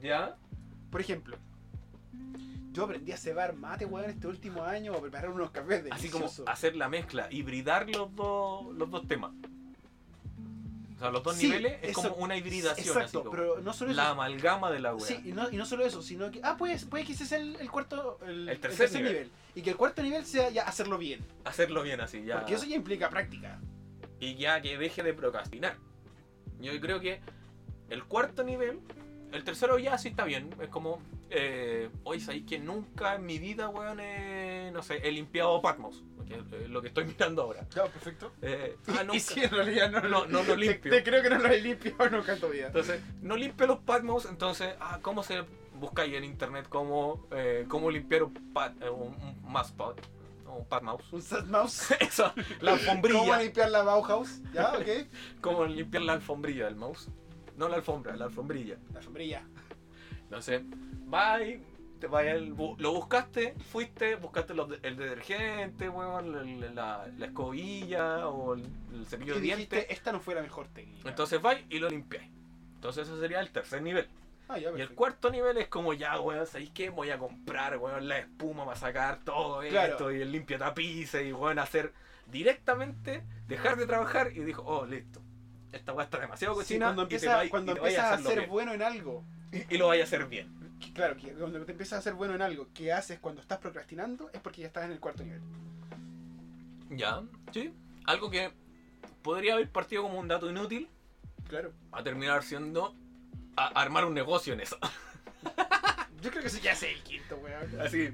Speaker 1: ya.
Speaker 2: Por ejemplo, yo aprendí a cebar mate, weón, este último año, a preparar unos cafés de
Speaker 1: Así como hacer la mezcla, hibridar los dos, los dos temas. O sea, los dos
Speaker 2: Sí,
Speaker 1: niveles es
Speaker 2: eso-
Speaker 1: como una hibridación. así
Speaker 2: Exacto,
Speaker 1: como
Speaker 2: pero no solo eso.
Speaker 1: la amalgama de la wea.
Speaker 2: Sí, y no, y no solo eso, sino que. Ah, pues, pues que ese es el, el cuarto. El,
Speaker 1: El tercer nivel.
Speaker 2: Y que el cuarto nivel sea ya hacerlo bien.
Speaker 1: Hacerlo bien así, ya.
Speaker 2: Porque eso ya implica práctica.
Speaker 1: y ya que deje de procrastinar. Yo creo que el cuarto nivel, el tercero ya sí está bien. Es como, eh, hoy sabéis que nunca en mi vida, weón, eh, no sé, he limpiado Patmos, que es eh, lo que estoy mirando ahora.
Speaker 2: Claro, perfecto.
Speaker 1: Eh,
Speaker 2: Y,
Speaker 1: ah,
Speaker 2: y
Speaker 1: nunca.
Speaker 2: si en realidad no,
Speaker 1: No, no lo
Speaker 2: te-
Speaker 1: limpio.
Speaker 2: Te, creo que no lo he limpiado nunca todavía.
Speaker 1: Entonces, no limpio los Patmos, entonces, ah, ¿cómo se busca ahí en internet cómo, eh, cómo limpiar un, pat, eh, un, un mousepad? No, un Patmouse.
Speaker 2: Un sad mouse.
Speaker 1: Eso, la
Speaker 2: ¿Cómo
Speaker 1: alfombrilla.
Speaker 2: limpiar la Bauhaus? ¿Ya? ¿Ok?
Speaker 1: ¿Cómo limpiar la alfombrilla del mouse? No la alfombra, la alfombrilla.
Speaker 2: La sombrilla.
Speaker 1: Entonces, va y te va el bu- lo buscaste, fuiste, buscaste los de- el detergente, weón, la, la- la escobilla o el, el
Speaker 2: Y
Speaker 1: cepillo de dientes.
Speaker 2: dijiste, esta no fue la mejor técnica.
Speaker 1: Entonces vais y lo limpiáis. Entonces ese sería el tercer nivel.
Speaker 2: Ah, ya,
Speaker 1: Y el
Speaker 2: perfecto.
Speaker 1: cuarto nivel es como ya, weón, ¿sabéis qué? Voy a comprar, weón, la espuma para sacar todo
Speaker 2: Claro.
Speaker 1: esto y el limpia tapices y, weón, hacer directamente, dejar de trabajar y dijo, oh, listo. Esta weá está demasiado
Speaker 2: Sí,
Speaker 1: cochina
Speaker 2: cuando
Speaker 1: y te
Speaker 2: empiezas,
Speaker 1: vais- y
Speaker 2: cuando
Speaker 1: te vais
Speaker 2: empiezas a
Speaker 1: hacerlo
Speaker 2: ser
Speaker 1: bien.
Speaker 2: bueno en algo,
Speaker 1: Y- y lo vais a hacer bien.
Speaker 2: que- claro, que cuando te empiezas a ser bueno en algo que haces cuando estás procrastinando es porque ya estás en el cuarto nivel.
Speaker 1: Ya, sí. Algo que podría haber partido como un dato inútil
Speaker 2: Claro.
Speaker 1: a terminar siendo a- armar un negocio en eso.
Speaker 2: Yo creo que eso ya es el quinto, weón.
Speaker 1: Así.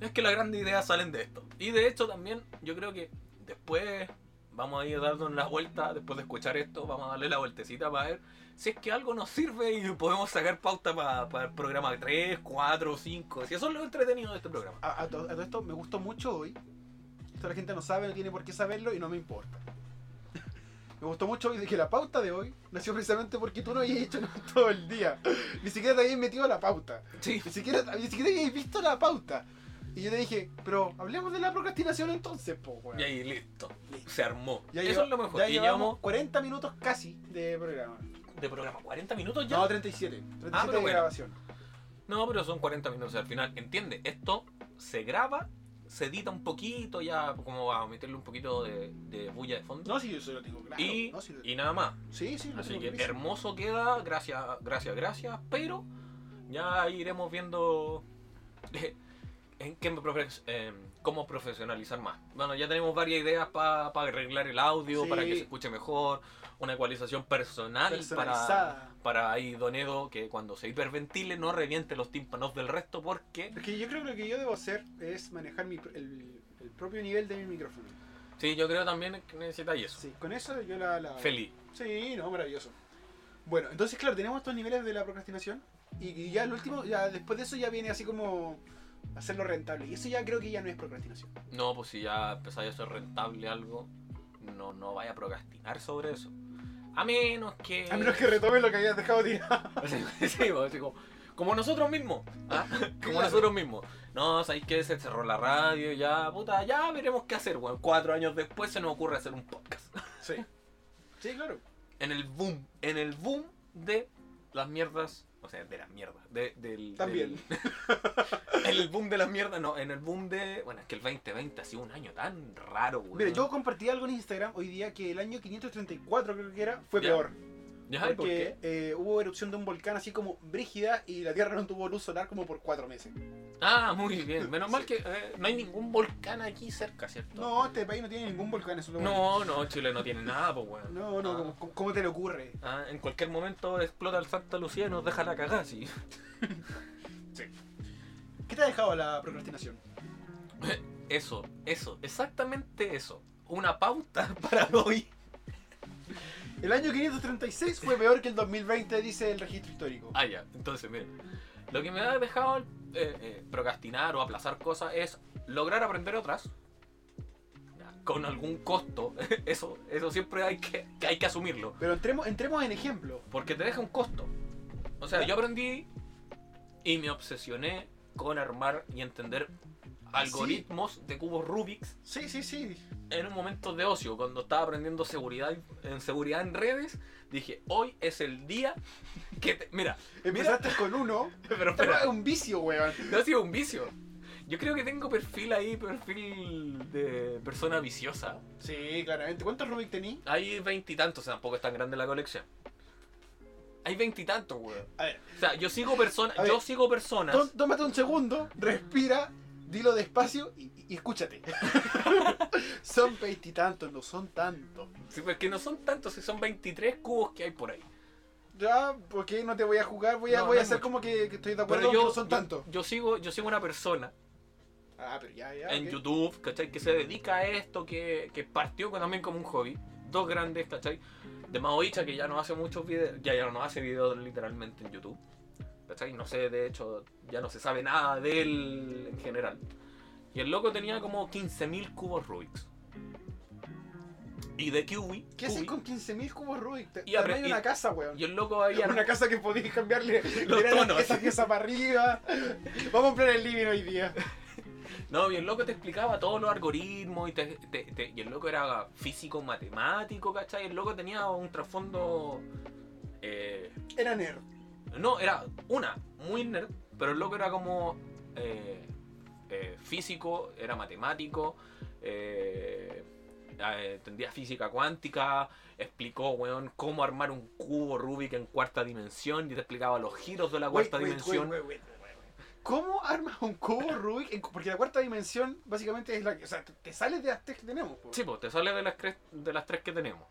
Speaker 1: Es que las grandes ideas salen de esto. Y de hecho también yo creo que después vamos a ir dando una vuelta, después de escuchar esto, vamos a darle la vueltecita para ver si es que algo nos sirve y podemos sacar pauta para el programa 3, 4, 5. Si eso es lo entretenido de este programa.
Speaker 2: A, a to- a todo esto me gustó mucho hoy. Esto la gente no sabe, no tiene por qué saberlo y no me importa. Me gustó mucho hoy de que la pauta de hoy nació precisamente porque tú no habías hecho nada todo el día. Ni siquiera te habías metido a la pauta.
Speaker 1: Sí.
Speaker 2: Ni siquiera, ni siquiera habías visto la pauta. Y yo te dije, pero hablemos de la procrastinación entonces, po, weón.
Speaker 1: Y ahí listo. Se armó.
Speaker 2: Ya
Speaker 1: eso
Speaker 2: lleva-
Speaker 1: es lo mejor.
Speaker 2: Ya
Speaker 1: y
Speaker 2: llevamos
Speaker 1: llevamos
Speaker 2: 40 minutos casi de programa.
Speaker 1: de programa 40 minutos ya.
Speaker 2: No, 37. 37
Speaker 1: Ah, pero
Speaker 2: de
Speaker 1: bueno.
Speaker 2: grabación.
Speaker 1: No, pero son 40 minutos al final. Entiende, esto se graba, se edita un poquito, ya como va a meterle un poquito de, de bulla de fondo.
Speaker 2: No, si yo eso lo tengo claro.
Speaker 1: y,
Speaker 2: no, si lo-
Speaker 1: y nada más.
Speaker 2: sí, sí, lo
Speaker 1: Así
Speaker 2: tengo
Speaker 1: que
Speaker 2: clarísimo.
Speaker 1: hermoso queda, gracias, gracias, gracias. Pero ya iremos viendo eh, en qué me profe- em, cómo profesionalizar más. Bueno, ya tenemos varias ideas para arreglar el audio,
Speaker 2: Sí.
Speaker 1: para que se escuche mejor, una ecualización personal para,
Speaker 2: Personalizada.
Speaker 1: para ahí Donedo que cuando se hiperventile no reviente los tímpanos del resto porque
Speaker 2: Porque yo creo que lo que yo debo hacer es manejar mi pr- el, el propio nivel de mi micrófono.
Speaker 1: sí yo creo también que necesitáis eso
Speaker 2: Sí, con eso yo la... la-
Speaker 1: feliz
Speaker 2: Sí, no, maravilloso. Bueno, entonces claro, tenemos estos niveles de la procrastinación y, y ya el último, ya después de eso ya viene así como hacerlo rentable. Y eso ya creo que ya no es procrastinación.
Speaker 1: no pues si ya empezáis a ser rentable algo no no vaya a procrastinar sobre eso a menos que
Speaker 2: A menos que retomes lo que habías dejado tirado.
Speaker 1: Sí, pues, así como, como nosotros mismos ¿ah? como
Speaker 2: Claro.
Speaker 1: nosotros mismos no sabéis que se cerró la radio ya puta ya veremos qué hacer weón. cuatro años después se nos ocurre hacer un podcast
Speaker 2: Sí. Sí, claro.
Speaker 1: en el boom en el boom de las mierdas o sea, de las mierdas. De, del,
Speaker 2: También.
Speaker 1: del- en el boom de las mierdas, no. En el boom de. Bueno, es que el 2020 ha sido un año tan raro, güey.
Speaker 2: Mira, yo compartí algo en Instagram hoy día que el año 534 creo que era, fue
Speaker 1: Ya.
Speaker 2: peor.
Speaker 1: Ya, ¿y por
Speaker 2: Porque eh, hubo erupción de un volcán así como brígida y la Tierra no tuvo luz solar como por cuatro meses.
Speaker 1: qué? Ah, muy bien. Menos mal
Speaker 2: Sí.
Speaker 1: que eh, no hay ningún volcán aquí cerca, ¿cierto?
Speaker 2: No, este país no tiene ningún volcán, eso es lo bueno.
Speaker 1: No, no, Chile no tiene nada, pues, güey.
Speaker 2: No, no,
Speaker 1: Ah.
Speaker 2: ¿cómo, cómo te le ocurre?
Speaker 1: Ah, en cualquier momento explota el Santa Lucía y nos deja la cagada, sí.
Speaker 2: ¿Qué te ha dejado la procrastinación?
Speaker 1: Eso, eso, exactamente eso. Una pauta para hoy.
Speaker 2: El año 536 fue peor que el 2020, dice el registro histórico.
Speaker 1: Ah, ya. Entonces, miren. Lo que me ha dejado eh, eh, procrastinar o aplazar cosas es lograr aprender otras. Ya, con algún costo. Eso, eso siempre hay que, que hay que asumirlo.
Speaker 2: Pero entremos, entremos en ejemplo.
Speaker 1: Porque te deja un costo. O sea, yo aprendí y me obsesioné con armar y entender
Speaker 2: ¿Ah,
Speaker 1: algoritmos de cubos Rubik's
Speaker 2: Sí, sí, sí.
Speaker 1: en un momento de ocio. Cuando estaba aprendiendo seguridad en seguridad en redes, dije, hoy es el día que te- Mira,
Speaker 2: Empezaste con uno.
Speaker 1: pero
Speaker 2: Esta weá
Speaker 1: espera,
Speaker 2: es un vicio, weón.
Speaker 1: no ha sido un vicio. Yo creo que tengo perfil ahí, perfil de persona viciosa.
Speaker 2: Sí, claramente. ¿Cuántos Rubik tení?
Speaker 1: Hay veintitantos, o sea, tampoco es tan grande la colección. Hay veintitantos, weón.
Speaker 2: A ver,
Speaker 1: O sea, yo sigo personas,
Speaker 2: A ver,
Speaker 1: yo sigo personas.
Speaker 2: tó- tómate un segundo, respira, dilo despacio y, y- y escúchate. son veintitantos, no son tantos.
Speaker 1: Sí, porque no son tantos, si son 23 cubos que hay por ahí.
Speaker 2: Ah, Ya, porque no te voy a jugar, voy a,
Speaker 1: No,
Speaker 2: voy
Speaker 1: no
Speaker 2: a
Speaker 1: es
Speaker 2: hacer
Speaker 1: mucho.
Speaker 2: como que, que estoy de acuerdo,
Speaker 1: Pero
Speaker 2: que
Speaker 1: yo,
Speaker 2: no son
Speaker 1: yo-
Speaker 2: tantos.
Speaker 1: yo sigo, yo sigo una persona
Speaker 2: Ah, pero ya, ya.
Speaker 1: en
Speaker 2: ok.
Speaker 1: YouTube, ¿cachai? Que se dedica a esto, que, que partió con- también como un hobby. Dos grandes, ¿cachai? De Maoicha, que ya no hace muchos videos, ya, ya no hace videos literalmente en YouTube. ¿Cachai? No sé, de hecho, ya no se sabe nada de él en general. Y el loco tenía como 15.000 cubos Rubik's. Y de Kiwi.
Speaker 2: ¿Qué haces
Speaker 1: Kubi,
Speaker 2: con 15.000 cubos Rubik? Te,
Speaker 1: Y
Speaker 2: te
Speaker 1: apre-
Speaker 2: armáis
Speaker 1: y-
Speaker 2: una casa, weón.
Speaker 1: Y el loco había...
Speaker 2: Una casa que podías cambiarle
Speaker 1: Los
Speaker 2: tirar
Speaker 1: tonos.
Speaker 2: Esa pieza para arriba. Vamos a ampliar el living hoy día.
Speaker 1: No, bien loco te explicaba todos los algoritmos y, te- te- te- y el loco era físico matemático, ¿cachai? El loco tenía un trasfondo. eh,
Speaker 2: Era nerd.
Speaker 1: no, era una, muy nerd, pero el loco era como eh, eh, físico, era matemático, eh, eh, entendía física cuántica, explicó, weón, cómo armar un cubo Rubik en cuarta dimensión y te explicaba los giros de la cuarta
Speaker 2: Wait, wait,
Speaker 1: dimensión.
Speaker 2: wait, wait, wait, wait, wait. ¿Cómo armas un cubo Rubik? En- Porque la cuarta dimensión básicamente es la que... O sea, te, te sales de las tres que tenemos. po.
Speaker 1: Sí, pues te sale de las, cre- de las tres que tenemos.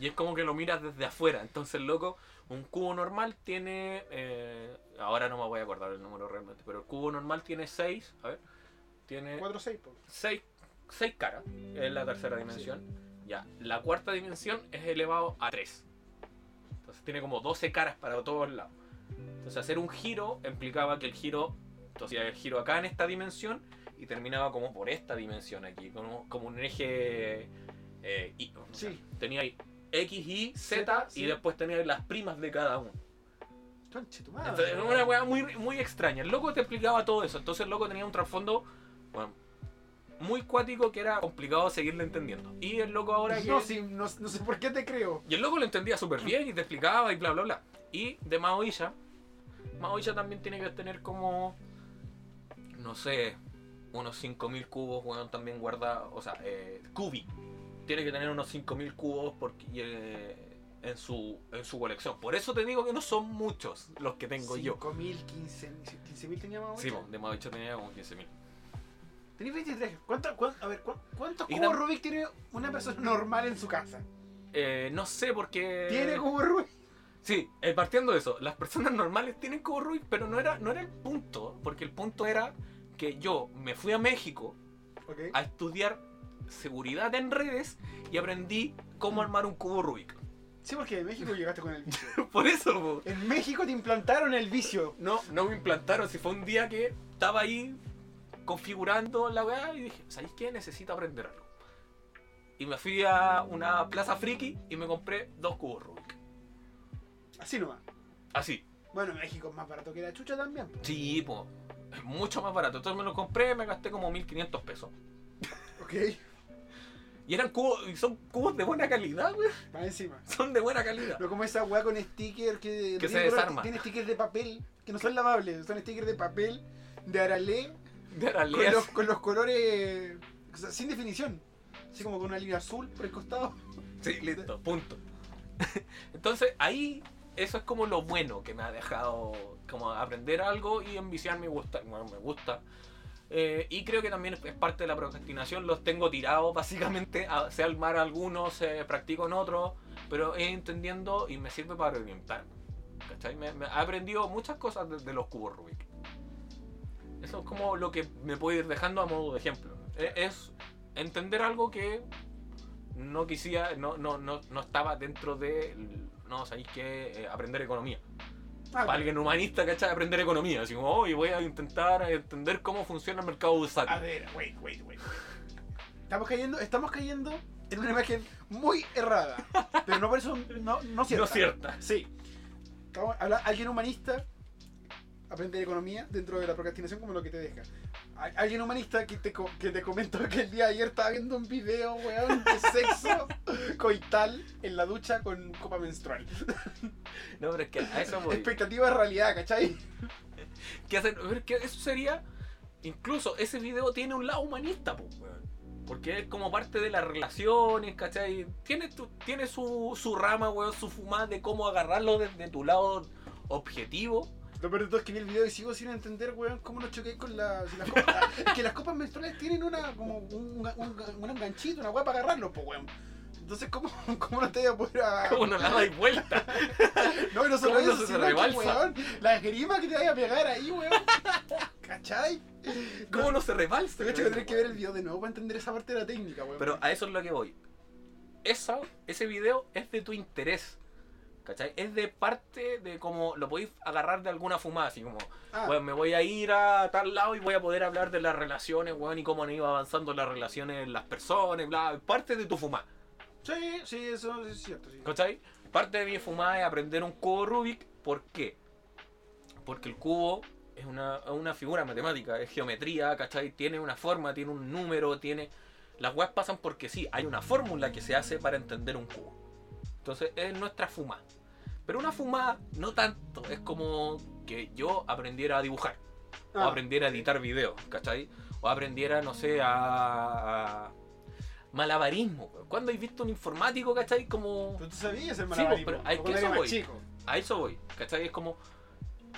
Speaker 1: Y es como que lo miras desde afuera. Entonces, loco, un cubo normal tiene. eh, ahora no me voy a acordar el número realmente, pero el cubo normal tiene seis. A ver. Tiene
Speaker 2: Cuatro o seis, po.
Speaker 1: seis, seis caras. Es la tercera dimensión. Ya. La cuarta dimensión es elevado a 3. Entonces tiene como 12 caras para todos lados. Entonces hacer un giro implicaba que el giro. Entonces hacía el giro acá en esta dimensión y terminaba como por esta dimensión aquí. Como, como un eje. eh, y, o sea,
Speaker 2: Sí.
Speaker 1: tenía ahí X, Y, Z,
Speaker 2: Zeta,
Speaker 1: y
Speaker 2: sí.
Speaker 1: después tenía las primas de cada uno.
Speaker 2: Conche tu
Speaker 1: Entonces,
Speaker 2: madre.
Speaker 1: era una weá muy, muy extraña. El loco te explicaba todo eso. Entonces el loco tenía un trasfondo, bueno, muy cuático que era complicado seguirle entendiendo. Y el loco ahora que...
Speaker 2: No, sí, no, no sé por qué te creo.
Speaker 1: Y el loco lo entendía súper bien y te explicaba y bla, bla, bla. Y de Maoilla, Maoilla también tiene que tener como, no sé, unos 5.000 cubos, weón, también guarda, o sea, eh, cubi. Tiene que tener unos 5.000 cubos porque, y, eh, en, su, en su colección. Por eso te digo que no son muchos los que tengo yo.
Speaker 2: 5.000, 15.000. 15.000 teníamos.
Speaker 1: Sí, po, de más ocho tenía como 15.000.
Speaker 2: Tenés 23. ¿Cuánto, cuán- a ver, cuán- ¿cuántos
Speaker 1: Y
Speaker 2: cubos
Speaker 1: tam-
Speaker 2: Rubik tiene una persona normal en su casa?
Speaker 1: Eh, no sé porque.
Speaker 2: ¿Tiene cubos Rubik?
Speaker 1: Sí, eh, partiendo de eso, las personas normales tienen cubo Rubik, pero no era, no era el punto, porque el punto era que yo me fui a México
Speaker 2: Ok.
Speaker 1: a estudiar seguridad en redes y aprendí cómo armar un cubo Rubik.
Speaker 2: Sí, porque de México llegaste con el vicio.
Speaker 1: Por eso, po.
Speaker 2: En México te implantaron el vicio.
Speaker 1: no, no me implantaron. Si fue un día que estaba ahí configurando la weá y dije, ¿sabéis qué? Necesito aprender algo. Y me fui a una plaza friki y me compré dos cubos Rubik.
Speaker 2: Así nomás.
Speaker 1: Así.
Speaker 2: Bueno, México es más barato que la chucha también. po.
Speaker 1: Sí, po. Es mucho más barato. Entonces me lo compré, me gasté como 1500 pesos.
Speaker 2: Ok.
Speaker 1: Y eran cubos, y son cubos de buena calidad, güey.
Speaker 2: Más encima.
Speaker 1: Son de buena calidad.
Speaker 2: No como esa weá con stickers que,
Speaker 1: Que se
Speaker 2: tiene color-
Speaker 1: desarma.
Speaker 2: Tiene stickers de papel, que no son lavables, son stickers de papel, de aralé,
Speaker 1: De
Speaker 2: con
Speaker 1: Araleas.
Speaker 2: los, con los colores o sea, sin definición. Así como con una línea azul por el costado.
Speaker 1: Sí, listo, punto. Entonces ahí, eso es como lo bueno que me ha dejado como aprender algo y enviciar me gusta. Bueno, me gusta. Eh, y creo que también es parte de la procrastinación, los tengo tirados básicamente, a- sé armar algunos, eh, practico en otros, pero he entendiendo y me sirve para orientarme. ¿Cachai? Me, me- he aprendido muchas cosas de, de los cubos Rubik. Eso es como lo que me puedo ir dejando a modo de ejemplo. E- Es, entender algo que no quisiera, no, no, no, no estaba dentro de, no, sabéis que aprender economía.
Speaker 2: Ah,
Speaker 1: Para alguien humanista, ¿cachai? Aprender economía. Así como,
Speaker 2: Ah,
Speaker 1: hoy voy a intentar entender cómo funciona el mercado bursátil.
Speaker 2: ver, wait, wait, wait. Estamos cayendo, estamos cayendo en una imagen muy errada. Pero no por eso no, no cierta.
Speaker 1: No cierta.
Speaker 2: Sí. Estamos- habla- alguien humanista aprende de economía dentro de la procrastinación como lo que te deja. Hay- alguien humanista que te, co- que te comentó que el día de ayer estaba viendo un video, weón, de sexo coital en la ducha con copa menstrual.
Speaker 1: No, pero es que a eso voy.
Speaker 2: Expectativa de realidad, ¿cachai?
Speaker 1: ¿Qué hacen? A ver, ¿qué- Eso sería. Incluso ese video tiene un lado humanista, po, weón. Porque es como parte de las relaciones, ¿cachai? Tiene, tu- tiene su, su rama, weón, su fumada de cómo agarrarlo desde tu lado objetivo.
Speaker 2: Lo peor de todo es que vi el video y sigo sin entender, weón, cómo lo choqué con la- si las copas. es que las copas menstruales tienen una, como un, un- un ganchito, una weá para agarrarlo, pues, weón. Entonces, ¿cómo, ¿cómo no te voy a poder a-
Speaker 1: Como no la dais vuelta.
Speaker 2: No, y no solo
Speaker 1: ¿Cómo no
Speaker 2: eso,
Speaker 1: se
Speaker 2: sino
Speaker 1: te
Speaker 2: que,
Speaker 1: rebalsa?
Speaker 2: weón, la esgrima que te vaya a pegar ahí, weón. ¿Cachai?
Speaker 1: ¿Cómo no se rebalsa?
Speaker 2: De hecho, que tenés que ver el video de nuevo para entender esa parte de la técnica, weón.
Speaker 1: Pero a eso es lo que voy. Esa, ese video es de tu interés. ¿Cachai? Es de parte de cómo lo podéis agarrar de alguna fumada, así como,
Speaker 2: Ah,
Speaker 1: Bueno, me voy a ir a tal lado y voy a poder hablar de las relaciones, weón, y cómo han ido avanzando las relaciones, las personas, bla, parte de tu fumada,
Speaker 2: sí, sí, eso es cierto, sí.
Speaker 1: ¿cachai? Parte de mi fumada es aprender un cubo Rubik, ¿por qué? Porque el cubo es una, es una figura matemática, es geometría, ¿cachai? Tiene una forma, tiene un número, tiene... Las weas pasan porque sí, hay una fórmula que se hace para entender un cubo. Entonces es nuestra fumada. Pero una fumada no tanto, es como que yo aprendiera a dibujar o
Speaker 2: Ah,
Speaker 1: aprendiera a editar videos, ¿cachai? O aprendiera, no sé, a, a- malabarismo. weón. ¿Cuándo has visto un informático, cachai? Como...
Speaker 2: Pero tú sabías el
Speaker 1: pues,
Speaker 2: malabarismo.
Speaker 1: pero hay
Speaker 2: cuando
Speaker 1: que
Speaker 2: eres
Speaker 1: eso
Speaker 2: más
Speaker 1: voy.
Speaker 2: chico.
Speaker 1: A eso voy, ¿cachai? Es como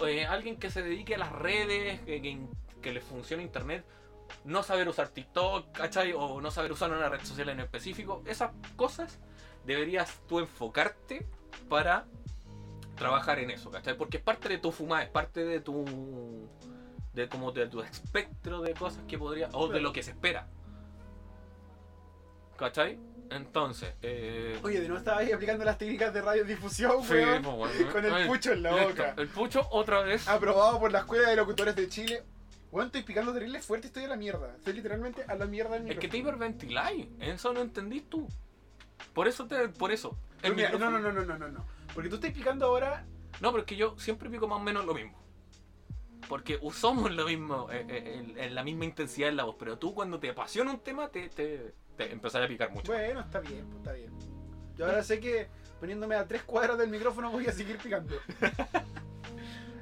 Speaker 1: eh, alguien que se dedique a las redes, que, que in- que le funcione internet, no saber usar TikTok, ¿cachai? O no saber usar una red social en específico. Esas cosas deberías tú enfocarte para trabajar en eso, ¿cachai? Porque es parte de tu fumada, es parte de tu. de como de tu espectro de cosas que podría. o de lo que se espera. ¿cachai? Entonces, eh.
Speaker 2: Oye, de nuevo estaba ahí aplicando las técnicas de radiodifusión,
Speaker 1: sí,
Speaker 2: weón.
Speaker 1: pues, bueno,
Speaker 2: Con el
Speaker 1: eh,
Speaker 2: pucho en la Ah,
Speaker 1: listo.
Speaker 2: boca.
Speaker 1: El pucho otra vez.
Speaker 2: aprobado por la Escuela de Locutores de Chile. Weón, estoy picando terrible fuerte, estoy a la mierda. Estoy literalmente a la mierda del
Speaker 1: Es que
Speaker 2: micrófono.
Speaker 1: te hiperventiláis. Eso no entendís tú. Por eso te. Por eso.
Speaker 2: Pero
Speaker 1: El
Speaker 2: mira, no,
Speaker 1: micrófono-
Speaker 2: no, no, no, no, no, no. Porque tú estás picando ahora.
Speaker 1: No, pero es que yo siempre pico más o menos lo mismo. Porque usamos lo mismo, eh, eh, el- el- la misma intensidad en la voz. Pero tú cuando te apasiona un tema, te, te, te empezás a picar mucho.
Speaker 2: Bueno, está bien, pues, está bien. Yo ahora sé que poniéndome a tres cuadras del micrófono voy a seguir picando.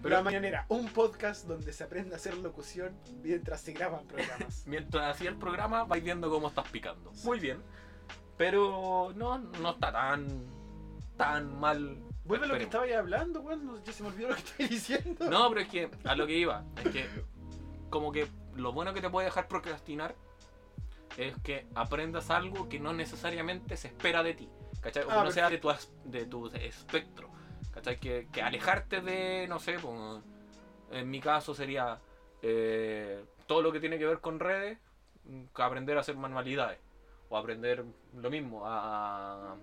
Speaker 1: Pero-
Speaker 2: la mañanera, un podcast donde se aprende a hacer locución mientras se graban programas.
Speaker 1: Mientras hacía el programa, vais viendo cómo estás picando. Muy bien. Pero no, no está tan. tan mal.
Speaker 2: Vuelve a lo que
Speaker 1: Esperemos.
Speaker 2: estaba ahí hablando, weón. no- Ya se me olvidó lo que estaba diciendo.
Speaker 1: No, pero es que a lo que iba, es que como que lo bueno que te puede dejar procrastinar es que aprendas algo que no necesariamente se espera de ti, ¿cachai? O que
Speaker 2: Ah,
Speaker 1: no sea de tu, as- de tu espectro, ¿cachai? Que, que alejarte de, no sé, pues, en mi caso sería eh, todo lo que tiene que ver con redes, mm, que aprender a hacer manualidades o aprender lo mismo, a,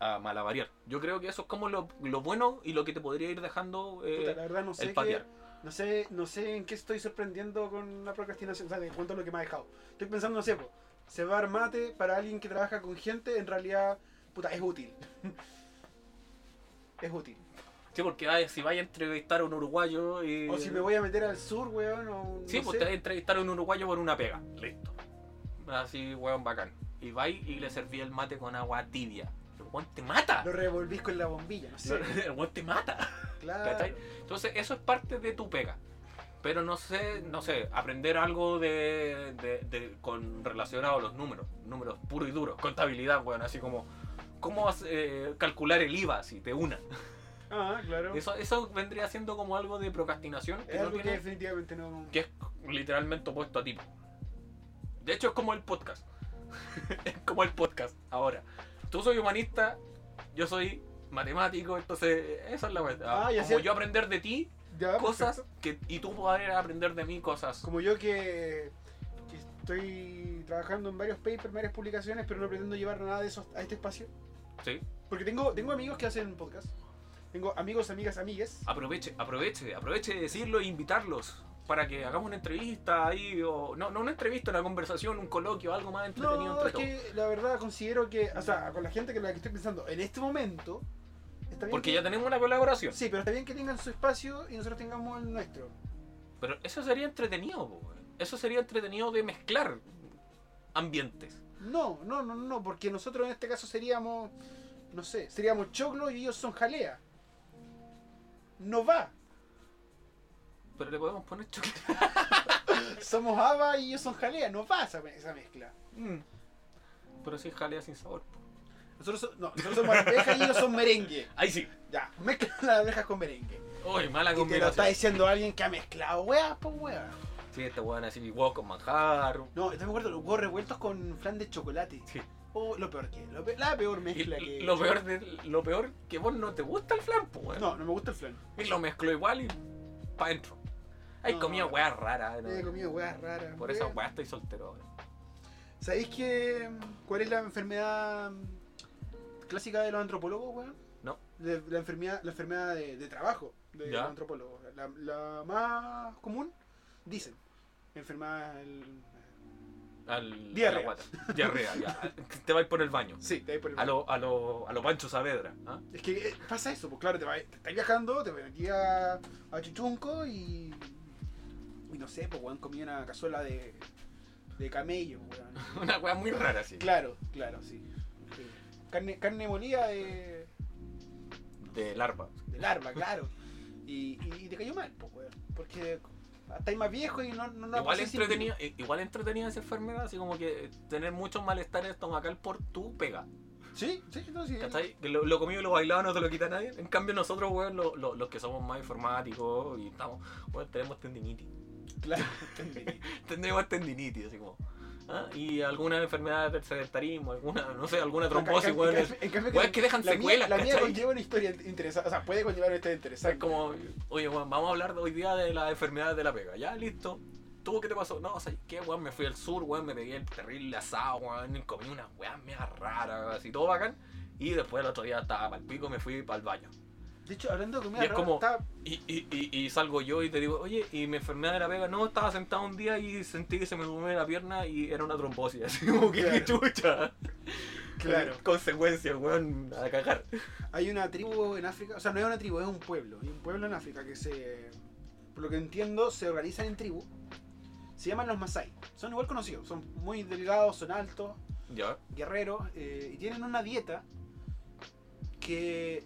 Speaker 1: a malavariar. Yo creo que eso es como lo, lo bueno y lo que te podría ir dejando eh,
Speaker 2: Puta, la verdad no sé
Speaker 1: el
Speaker 2: qué-
Speaker 1: patear.
Speaker 2: No sé, no sé en qué estoy sorprendiendo con la procrastinación, o sea, en cuanto a lo que me ha dejado. Estoy pensando, no sé, po, cebar mate para alguien que trabaja con gente, en realidad, puta, es útil. es útil.
Speaker 1: Sí, porque vaya- si vais a entrevistar a un uruguayo y...
Speaker 2: O si me voy a meter al sur, weón, o
Speaker 1: Sí,
Speaker 2: no
Speaker 1: pues te
Speaker 2: sé.
Speaker 1: vais a entrevistar a un uruguayo por una pega. Listo. Así, weón, bacán. Y vais y le serví el mate con agua tibia. El weón te mata.
Speaker 2: Lo revolvís con la bombilla, no sé. Ah.
Speaker 1: El weón te mata. ¿Cachai?
Speaker 2: claro.
Speaker 1: Entonces, eso es parte de tu pega. Pero no sé, no sé, aprender algo de, de- de- con relacionado a los números, números puros y duros, contabilidad, bueno, así como cómo eh, calcular el IVA, así, de una.
Speaker 2: Ah, claro.
Speaker 1: Eso, eso vendría siendo como algo de procrastinación, que
Speaker 2: es
Speaker 1: no
Speaker 2: algo que
Speaker 1: tiene-
Speaker 2: definitivamente no.
Speaker 1: que es literalmente opuesto a ti. De hecho, es como el podcast. es como el podcast ahora. Tú soy humanista, yo soy matemático, entonces esa es la verdad.
Speaker 2: Ah, ya
Speaker 1: como
Speaker 2: sé. Ah,
Speaker 1: yo aprender de ti,
Speaker 2: Ya, pues,
Speaker 1: cosas que y tú poder aprender de mí cosas.
Speaker 2: Como yo que, que estoy trabajando en varios papers, varias publicaciones, pero no pretendo llevar nada de eso a este espacio.
Speaker 1: Sí.
Speaker 2: Porque tengo, tengo amigos que hacen podcast. Tengo amigos, amigas, amigues.
Speaker 1: Ah, Aproveche, aproveche, aproveche de decirlo e invitarlos. para que hagamos una entrevista ahí, o no, no una entrevista, una conversación, un coloquio, algo más entretenido
Speaker 2: No,
Speaker 1: entre
Speaker 2: es
Speaker 1: todos.
Speaker 2: que la verdad considero que, o sea, con la gente con la que estoy pensando en este momento, está bien
Speaker 1: Porque
Speaker 2: que-
Speaker 1: ya tenemos una colaboración.
Speaker 2: Sí, pero está bien que tengan su espacio y nosotros tengamos el nuestro.
Speaker 1: Pero eso sería entretenido, po, weón. eso sería entretenido de mezclar ambientes.
Speaker 2: No, no, no, no, porque nosotros en este caso seríamos, no sé, seríamos choclo y ellos son jalea. No va.
Speaker 1: Pero le podemos poner chocolate.
Speaker 2: Somos haba y ellos son jalea. No va esa, esa mezcla.
Speaker 1: Mm. Pero sí es jalea sin sabor. po.
Speaker 2: Nosotros, so- no, nosotros somos arvejas y ellos son merengue.
Speaker 1: Ahí sí.
Speaker 2: Ya, mezcla las arvejas con merengue.
Speaker 1: Uy, mala
Speaker 2: Y te lo está
Speaker 1: combinación.
Speaker 2: diciendo alguien que ha mezclado weas, pues weas.
Speaker 1: Sí, esta weón así, huevo con manjar.
Speaker 2: No, yo me acuerdo, los huevos revueltos con flan de chocolate.
Speaker 1: Sí.
Speaker 2: Oh, lo peor que es, lo pe- la peor
Speaker 1: Y
Speaker 2: mezcla que.
Speaker 1: lo peor, de, lo peor que vos no te gusta el flan, po, weón.
Speaker 2: No, no me gusta el flan.
Speaker 1: Y lo mezcló igual y pa' dentro. Hay
Speaker 2: No,
Speaker 1: comido
Speaker 2: no.
Speaker 1: weas raras. ¿no?
Speaker 2: He comido weas raras.
Speaker 1: Por eso
Speaker 2: weas.
Speaker 1: weas estoy soltero. weón.
Speaker 2: ¿Sabéis que cuál es la enfermedad mm, clásica de los antropólogos, weón?
Speaker 1: No.
Speaker 2: De- la enfermedad, la enfermedad de, de trabajo de
Speaker 1: Ya.
Speaker 2: los antropólogos. La, la más común, dicen. Enfermedad. el-
Speaker 1: Al,
Speaker 2: Diarrea.
Speaker 1: a la guata. Diarrea, ya. Te vas por el baño.
Speaker 2: Sí, te vais por el
Speaker 1: A lo, a lo, a lo Pancho Saavedra. ¿ah?
Speaker 2: Es que eh, pasa eso, pues claro, te, vas- te estás viajando, te metí a, a Chuchunco y. Y no sé, pues weón, comí una cazuela de, de camello, weón.
Speaker 1: Una wea muy rara, sí.
Speaker 2: Claro, claro, sí. Sí. Carne, carne molida de,
Speaker 1: De larva.
Speaker 2: de larva, claro. Y, y, y te cayó mal, pues weón. Porque estáis más viejo y no, no, no la
Speaker 1: igual,
Speaker 2: pasé sin-
Speaker 1: entretenida, i- igual entretenida esa enfermedad, así como que eh, tener mucho malestar estomacal por tu pega.
Speaker 2: Sí, sí, no, sí.
Speaker 1: ¿Cachai? Que Lo, lo comido y lo bailado no te lo quita nadie. En cambio, nosotros, weón, lo- lo- los que somos más informáticos y estamos, weón, tenemos tendinitis.
Speaker 2: Claro, entendí.
Speaker 1: Tendremos tendinitis, así como. ¿ah? Y alguna enfermedad del sedentarismo, alguna, no sé, alguna
Speaker 2: En
Speaker 1: trombosis,
Speaker 2: cambio-
Speaker 1: weón.
Speaker 2: en
Speaker 1: Es,
Speaker 2: cambio- en cambio
Speaker 1: weón, que dejan
Speaker 2: la
Speaker 1: secuelas,
Speaker 2: Mía, la mía
Speaker 1: ¿cachai?
Speaker 2: conlleva una historia interesante. O sea, puede conllevar una historia interesante.
Speaker 1: es como, oye, weón, vamos a hablar de hoy día de las enfermedades de la pega. Ya, listo. ¿Tú qué te pasó? No, o sea, ¿qué, weón? Me fui al sur, weón, me pegué el terrible asado, weón, comí unas weas mega raras, así, todo bacán. Y después el otro día estaba para el pico, me fui para el baño.
Speaker 2: De hecho, hablando de comida,
Speaker 1: Y es
Speaker 2: rara,
Speaker 1: como-
Speaker 2: estaba-
Speaker 1: Y, y, y, y salgo yo y te digo, oye, y mi enfermedad de la pega, no, estaba sentado un día y sentí que se me durmió la pierna y era una trombosis, así como que
Speaker 2: Claro.
Speaker 1: chucha.
Speaker 2: Claro.
Speaker 1: Consecuencias, weón, a cagar.
Speaker 2: Hay una tribu en África, o sea, no es una tribu, es un pueblo. Hay un pueblo en África que se. Por lo que entiendo, se organizan en tribu. Se llaman los Masai. Son igual conocidos, son muy delgados, son altos,
Speaker 1: Ya,
Speaker 2: guerreros, eh, y tienen una dieta que.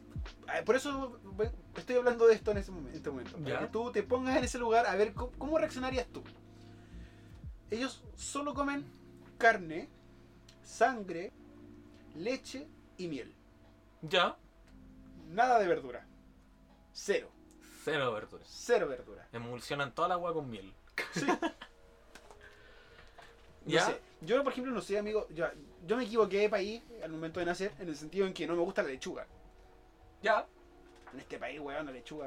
Speaker 2: eh, Por eso ve- estoy hablando de esto en ese momen- en este momento. Para
Speaker 1: Ya.
Speaker 2: que tú te pongas en ese lugar a ver cómo, cómo reaccionarías tú. Ellos solo comen carne, sangre, leche y miel.
Speaker 1: ya,
Speaker 2: Nada de verdura. Cero.
Speaker 1: cero verduras.
Speaker 2: Cero verdura.
Speaker 1: Emulsionan toda la agua con miel.
Speaker 2: Sí. No
Speaker 1: ¿Ya?
Speaker 2: sé. Yo, por ejemplo, no sé, amigo. Yo, yo me equivoqué de país al momento de nacer en el sentido en que no me gusta la lechuga.
Speaker 1: Ya.
Speaker 2: En este país, weón, la lechuga.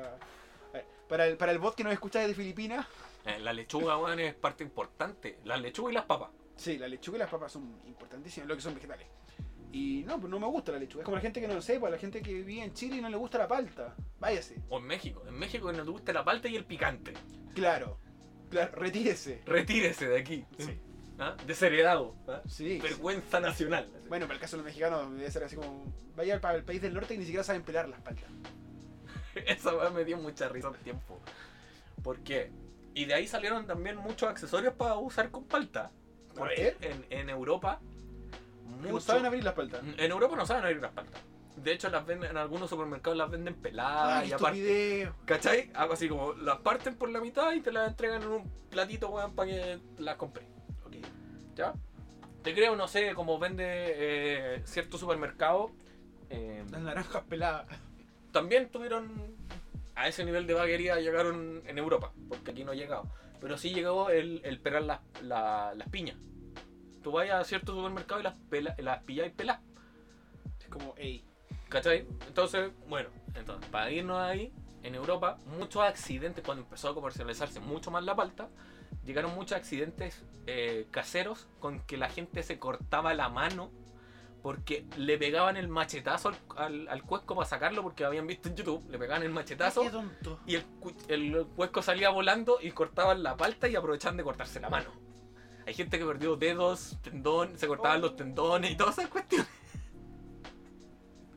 Speaker 2: A ver, para el, para el bot que nos escucha desde Filipinas,
Speaker 1: Eh, La lechuga, weón, es parte importante. La lechuga y las papas.
Speaker 2: sí, la lechuga y las papas son importantísimas, lo que son vegetales. Y no, pues no me gusta la lechuga. Es como la gente que no lo sepa, la gente que vivía en Chile y no le gusta la palta. Váyase.
Speaker 1: O en México. En México que no te gusta la palta y el picante.
Speaker 2: Claro. Claro, retírese.
Speaker 1: Retírese de aquí.
Speaker 2: Sí.
Speaker 1: ¿Ah? Desheredado. ¿ah?
Speaker 2: Sí.
Speaker 1: Vergüenza nacional.
Speaker 2: Bueno, para el caso de los mexicanos debe ser así como. Vaya para el país del norte y ni siquiera saben pelar las paltas.
Speaker 1: Esa weá me dio mucha risa al tiempo. ¿Por qué? Y de ahí salieron también muchos accesorios para usar con palta.
Speaker 2: qué?
Speaker 1: Porque en, en Europa.
Speaker 2: No
Speaker 1: mucho-
Speaker 2: saben abrir las paltas.
Speaker 1: En Europa no saben abrir las paltas. De hecho, las venden, en algunos supermercados las venden
Speaker 2: Ay,
Speaker 1: peladas Ah, y
Speaker 2: qué
Speaker 1: aparte.
Speaker 2: estupidez.
Speaker 1: ¿Cachai? Algo así como las parten por la mitad y te las entregan en un platito, weón, para que las compres.
Speaker 2: Ok.
Speaker 1: ¿Ya? Te creo, no sé, como vende eh, cierto supermercado. eh,
Speaker 2: Las naranjas peladas.
Speaker 1: también tuvieron a ese nivel de vaguería llegaron en Europa, porque aquí no llegaba. Pero sí llegó el, el pelar las, la- las piñas. Tú vas a cierto supermercado y las, pela, las pillas y pelas.
Speaker 2: Es como, ey.
Speaker 1: ¿Cachai? Entonces, bueno, entonces, para irnos ahí, en Europa, muchos accidentes, cuando empezó a comercializarse mucho más la palta, llegaron muchos accidentes eh, caseros con que la gente se cortaba la mano Porque le pegaban el machetazo al, al, al cuesco para sacarlo porque lo habían visto en YouTube. Le pegaban el machetazo
Speaker 2: Qué tonto.
Speaker 1: y el, cu- el cuesco salía volando y cortaban la palta y aprovechaban de cortarse la mano. Hay gente que perdió dedos, tendón, se cortaban los tendones y todas esas cuestiones.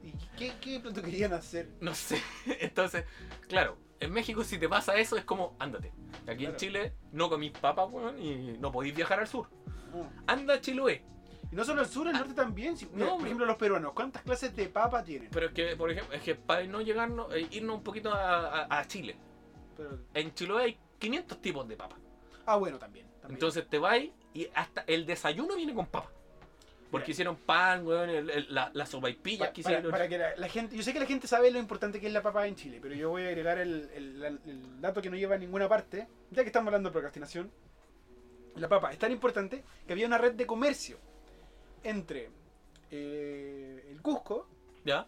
Speaker 2: ¿Y qué, qué plato querían hacer?
Speaker 1: No sé. Entonces, claro, en México si te pasa eso es como, ándate. Aquí en
Speaker 2: Claro.
Speaker 1: Chile no comís papas, weón, y no podís viajar al sur.
Speaker 2: No.
Speaker 1: Anda a Chiloé.
Speaker 2: Y no solo el sur, el norte también. Si- mira,
Speaker 1: Ah. No,
Speaker 2: por
Speaker 1: bro.
Speaker 2: ejemplo, los peruanos, ¿cuántas clases de papa tienen?
Speaker 1: Pero es que, por ejemplo, es que para no llegarnos, eh, irnos un poquito a, a- a Chile.
Speaker 2: Pero-
Speaker 1: En Chiloé hay 500 tipos de papas.
Speaker 2: ah, bueno, también. también.
Speaker 1: Entonces te vas y hasta el desayuno viene con papa. Porque
Speaker 2: Mira.
Speaker 1: hicieron pan, weón, el- el- la, la
Speaker 2: Pa-
Speaker 1: sopaipilla que
Speaker 2: para,
Speaker 1: hicieron.
Speaker 2: para que la, la gente, yo sé que la gente sabe lo importante que es la papa en Chile, pero yo voy a agregar el, el- la- el dato que no lleva a ninguna parte, ya que estamos hablando de procrastinación. La papa es tan importante que había una red de comercio entre eh, el Cusco,
Speaker 1: ¿Ya?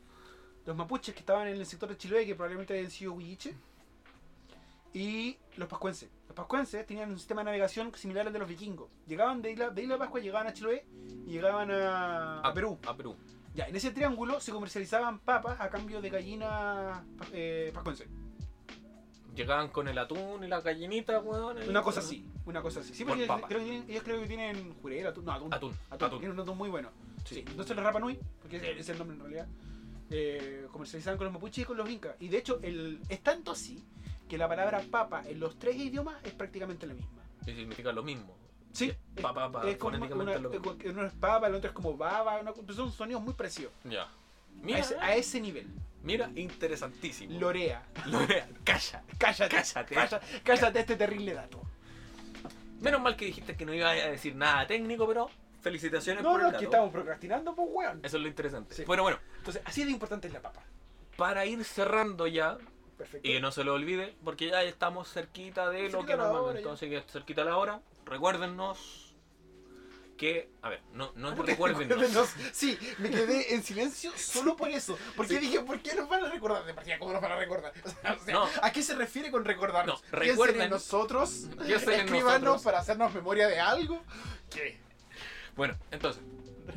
Speaker 2: los mapuches que estaban en el sector de Chiloé, que probablemente habían sido huilliche, y los pascuenses. Los pascuenses tenían un sistema de navegación similar al de los vikingos. Llegaban de Isla, de Isla Pascua, llegaban a Chiloé y llegaban a, a Perú.
Speaker 1: A Perú.
Speaker 2: Ya, en ese triángulo se comercializaban papas a cambio de gallinas eh, pascuenses.
Speaker 1: Llegaban con el atún y la gallinita, weón. y-
Speaker 2: Una cosa así, una cosa así. Sí,
Speaker 1: Por
Speaker 2: porque ellos
Speaker 1: papa.
Speaker 2: creo, que tienen, ellos creo que tienen jurel, atún, no, atún.
Speaker 1: Atún.
Speaker 2: atún,
Speaker 1: Atún.
Speaker 2: Tienen un atún muy bueno.
Speaker 1: Sí.
Speaker 2: Sí. Entonces los Rapa Nui, porque ese
Speaker 1: Sí.
Speaker 2: es el nombre en realidad, eh, comercializaban con los mapuches y con los incas. Y de hecho el, es tanto así que la palabra papa en los tres idiomas es prácticamente la misma.
Speaker 1: Y significa lo mismo.
Speaker 2: Sí, es-
Speaker 1: Pa, pa, pa,
Speaker 2: es como
Speaker 1: fonéticamente
Speaker 2: una-
Speaker 1: es lo mismo.
Speaker 2: es- uno es papa, el otro es como baba, una- son sonidos muy parecidos.
Speaker 1: Ya.
Speaker 2: A
Speaker 1: Mira,
Speaker 2: ese, a ese nivel.
Speaker 1: mira, interesantísimo.
Speaker 2: Lorea.
Speaker 1: Lorea, calla.
Speaker 2: Cállate,
Speaker 1: Cállate.
Speaker 2: Calla- cállate este terrible dato.
Speaker 1: Menos mal que dijiste que no iba a decir nada técnico, pero felicitaciones
Speaker 2: No,
Speaker 1: por
Speaker 2: no,
Speaker 1: el
Speaker 2: es que
Speaker 1: dato.
Speaker 2: estamos procrastinando, pues, weón.
Speaker 1: Eso es lo interesante.
Speaker 2: Sí.
Speaker 1: Bueno, bueno,
Speaker 2: Entonces, así de importante es la papa.
Speaker 1: para ir cerrando ya,
Speaker 2: Perfecto.
Speaker 1: y que no se lo olvide, porque ya estamos cerquita de lo
Speaker 2: Cerquita
Speaker 1: que
Speaker 2: la
Speaker 1: nos
Speaker 2: hora
Speaker 1: mandan.
Speaker 2: ya.
Speaker 1: Entonces, que cerquita la hora, recuérdennos que. A ver, no, no es
Speaker 2: Recuérdenos.
Speaker 1: recuérdennos.
Speaker 2: Sí, me quedé en silencio solo por eso. Porque
Speaker 1: Sí.
Speaker 2: dije, ¿por qué nos van a recordar? De partida, ¿cómo nos van a recordar? O sea, o sea,
Speaker 1: No.
Speaker 2: ¿A qué se refiere con recordarnos?
Speaker 1: No,
Speaker 2: Piensen
Speaker 1: recuerden-
Speaker 2: en nosotros.
Speaker 1: Piensen en
Speaker 2: escríbanos
Speaker 1: nosotros.
Speaker 2: para hacernos memoria de algo. ¿Qué?
Speaker 1: Bueno, entonces,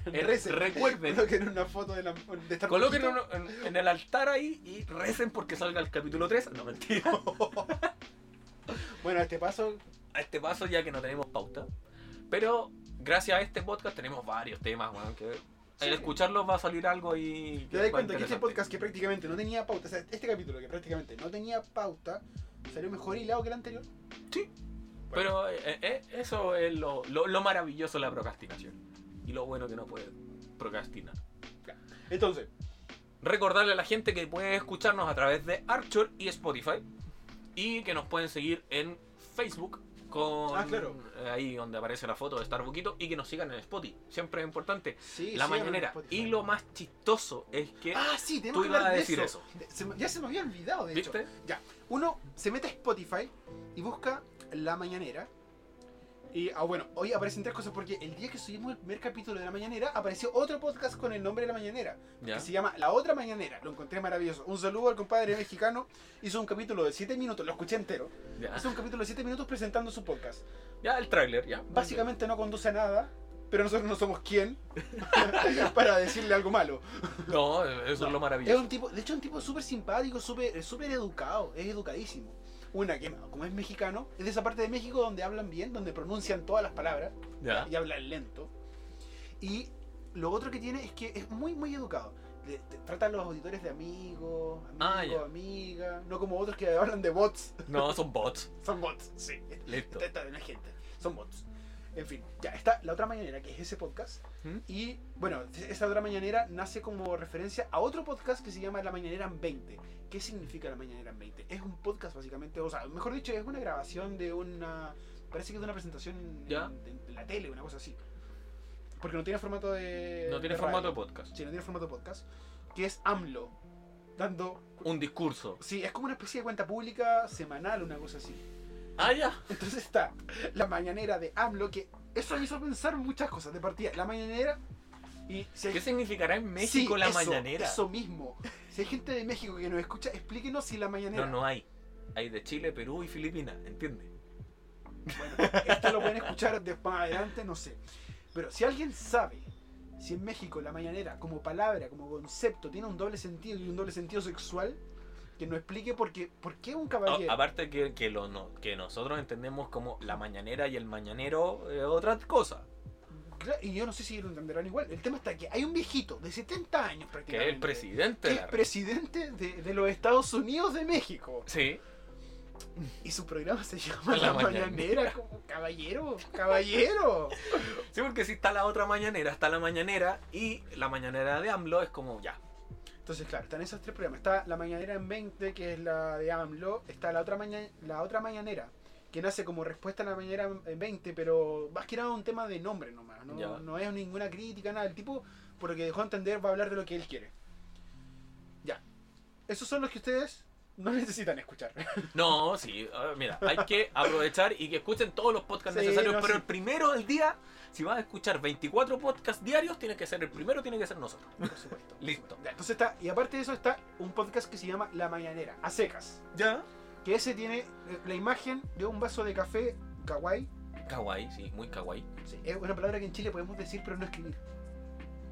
Speaker 1: eh,
Speaker 2: Recen.
Speaker 1: recuerden.
Speaker 2: Coloquen una foto de, la, de estar
Speaker 1: Coloquen
Speaker 2: poquito.
Speaker 1: uno en, en el altar ahí y recen porque salga el capítulo 3. No, mentira.
Speaker 2: Bueno, a este paso,
Speaker 1: A este paso ya que no tenemos pauta. Pero gracias a este podcast tenemos varios temas, weón, que
Speaker 2: Sí.
Speaker 1: al escucharlos va a salir algo y...
Speaker 2: te das cuenta que este podcast que prácticamente no tenía pauta, o sea, este capítulo que prácticamente no tenía pauta, salió mejor hilado que el anterior.
Speaker 1: Pero eh, eh, eso es lo, lo, lo maravilloso de la procrastinación. Y lo bueno que no puede procrastinar.
Speaker 2: Entonces,
Speaker 1: Recordarle a la gente que puede escucharnos a través de Archer y Spotify. Y que nos pueden seguir en Facebook. Con,
Speaker 2: Ah, claro.
Speaker 1: eh, Ahí donde aparece la foto de Starbuquito. Y que nos sigan en Spotify. Siempre es importante.
Speaker 2: Sí,
Speaker 1: la
Speaker 2: sí,
Speaker 1: mañanera.
Speaker 2: hablo en Spotify.
Speaker 1: Y lo más chistoso es que.
Speaker 2: Ah, sí, tenemos
Speaker 1: tú
Speaker 2: que
Speaker 1: ibas
Speaker 2: hablar
Speaker 1: a
Speaker 2: de
Speaker 1: decir
Speaker 2: eso.
Speaker 1: eso.
Speaker 2: De- se me- ya se me había olvidado, de
Speaker 1: ¿Viste?
Speaker 2: hecho. Ya, uno se mete a Spotify y busca La Mañanera. Y, ah, bueno, hoy aparecen tres cosas porque el día que subimos el primer capítulo de La Mañanera apareció otro podcast con el nombre de La Mañanera,
Speaker 1: Ya.
Speaker 2: que se llama La Otra Mañanera. Lo encontré maravilloso. Un saludo al compadre mexicano. Hizo un capítulo de 7 minutos, lo escuché entero.
Speaker 1: Ya.
Speaker 2: Hizo un capítulo de 7 minutos presentando su podcast.
Speaker 1: Ya, el tráiler, ya.
Speaker 2: Básicamente no conduce a nada, pero nosotros no somos quién para decirle algo malo.
Speaker 1: No, eso es lo
Speaker 2: Es
Speaker 1: maravilloso.
Speaker 2: un tipo, de hecho, es un tipo súper simpático, súper eh, súper educado, es educadísimo. Una que, como es mexicano, es de esa parte de México donde hablan bien, donde pronuncian todas las palabras
Speaker 1: Ya.
Speaker 2: y hablan lento. Y lo otro que tiene es que es muy, muy educado. Le- te- trata a los auditores de amigos, amigo,
Speaker 1: Ah, ya.
Speaker 2: amiga, no como otros que hablan de bots.
Speaker 1: No, son bots.
Speaker 2: Son bots, sí.
Speaker 1: Listo.
Speaker 2: Esta esta es la gente, son bots. En fin, ya está la otra mañanera, que es ese podcast.
Speaker 1: ¿Mm?
Speaker 2: Y bueno, esa otra mañanera nace como referencia a otro podcast que se llama La Mañanera en 20. ¿Qué significa La Mañanera en 20? Es un podcast básicamente, o sea, mejor dicho, es una grabación de una. Parece que de una presentación en,
Speaker 1: ¿Ya?
Speaker 2: en- en la tele, una cosa así. Porque no tiene formato de.
Speaker 1: No tiene
Speaker 2: de
Speaker 1: formato de
Speaker 2: radio.
Speaker 1: podcast.
Speaker 2: Sí, no tiene formato podcast. Que es AMLO. Dando.
Speaker 1: Un discurso.
Speaker 2: Sí, es como una especie de cuenta pública semanal, una cosa así.
Speaker 1: Ah, ya.
Speaker 2: Entonces está la mañanera de AMLO, que eso me hizo pensar muchas cosas de partida. La mañanera y si hay-
Speaker 1: ¿Qué significará en
Speaker 2: Sí,
Speaker 1: México la
Speaker 2: eso,
Speaker 1: mañanera?
Speaker 2: Eso mismo. Si hay gente de México que nos escucha, explíquenos si la mañanera.
Speaker 1: No, no hay. Hay de Chile, Perú y Filipinas, ¿entiendes?
Speaker 2: Bueno, esto lo pueden escuchar después más adelante, no sé. Pero si alguien sabe Si en México la mañanera como palabra, como concepto, tiene un doble sentido y un doble sentido sexual, que nos explique por qué, por qué un caballero...
Speaker 1: A- Ah, aparte que, que, lo, no, que nosotros entendemos como la mañanera y el mañanero es otra cosa.
Speaker 2: Cla- Y yo no sé si lo entenderán igual. El tema está que hay un viejito de 70 años
Speaker 1: Que es
Speaker 2: prácticamente.
Speaker 1: el presidente.
Speaker 2: que
Speaker 1: de
Speaker 2: es
Speaker 1: la-
Speaker 2: presidente de, de los Estados Unidos de México.
Speaker 1: Sí.
Speaker 2: Y su programa se llama La,
Speaker 1: La
Speaker 2: Mañanera.
Speaker 1: Mañanera.
Speaker 2: como, caballero, caballero.
Speaker 1: Sí, porque si está la otra mañanera, está la mañanera y la mañanera de AMLO es como ya.
Speaker 2: Entonces, claro, están esos tres programas. Está La Mañanera en 20, que es la de AMLO. Está la otra, maña- la otra Mañanera, que nace como respuesta a La Mañanera en 20, pero más que nada un tema de nombre nomás. No,
Speaker 1: Ya.
Speaker 2: no es ninguna crítica, nada. El tipo, por lo que dejó entender, va a hablar de lo que él quiere. Ya. Esos son los que ustedes no necesitan escuchar.
Speaker 1: No, sí, a ver, mira, hay que aprovechar y que escuchen todos los podcasts
Speaker 2: Sí,
Speaker 1: necesarios,
Speaker 2: no,
Speaker 1: pero
Speaker 2: sí.
Speaker 1: el primero del día, si vas a escuchar 24 podcasts diarios, tiene que ser el primero, tiene que ser nosotros.
Speaker 2: Por supuesto.
Speaker 1: Listo.
Speaker 2: Ya, entonces está, y aparte de eso está un podcast que se llama La Mañanera, a secas.
Speaker 1: Ya.
Speaker 2: Que ese tiene eh, la imagen de un vaso de café kawaii.
Speaker 1: Kawaii, sí, muy kawaii.
Speaker 2: Sí, es una palabra que en Chile podemos decir pero no escribir.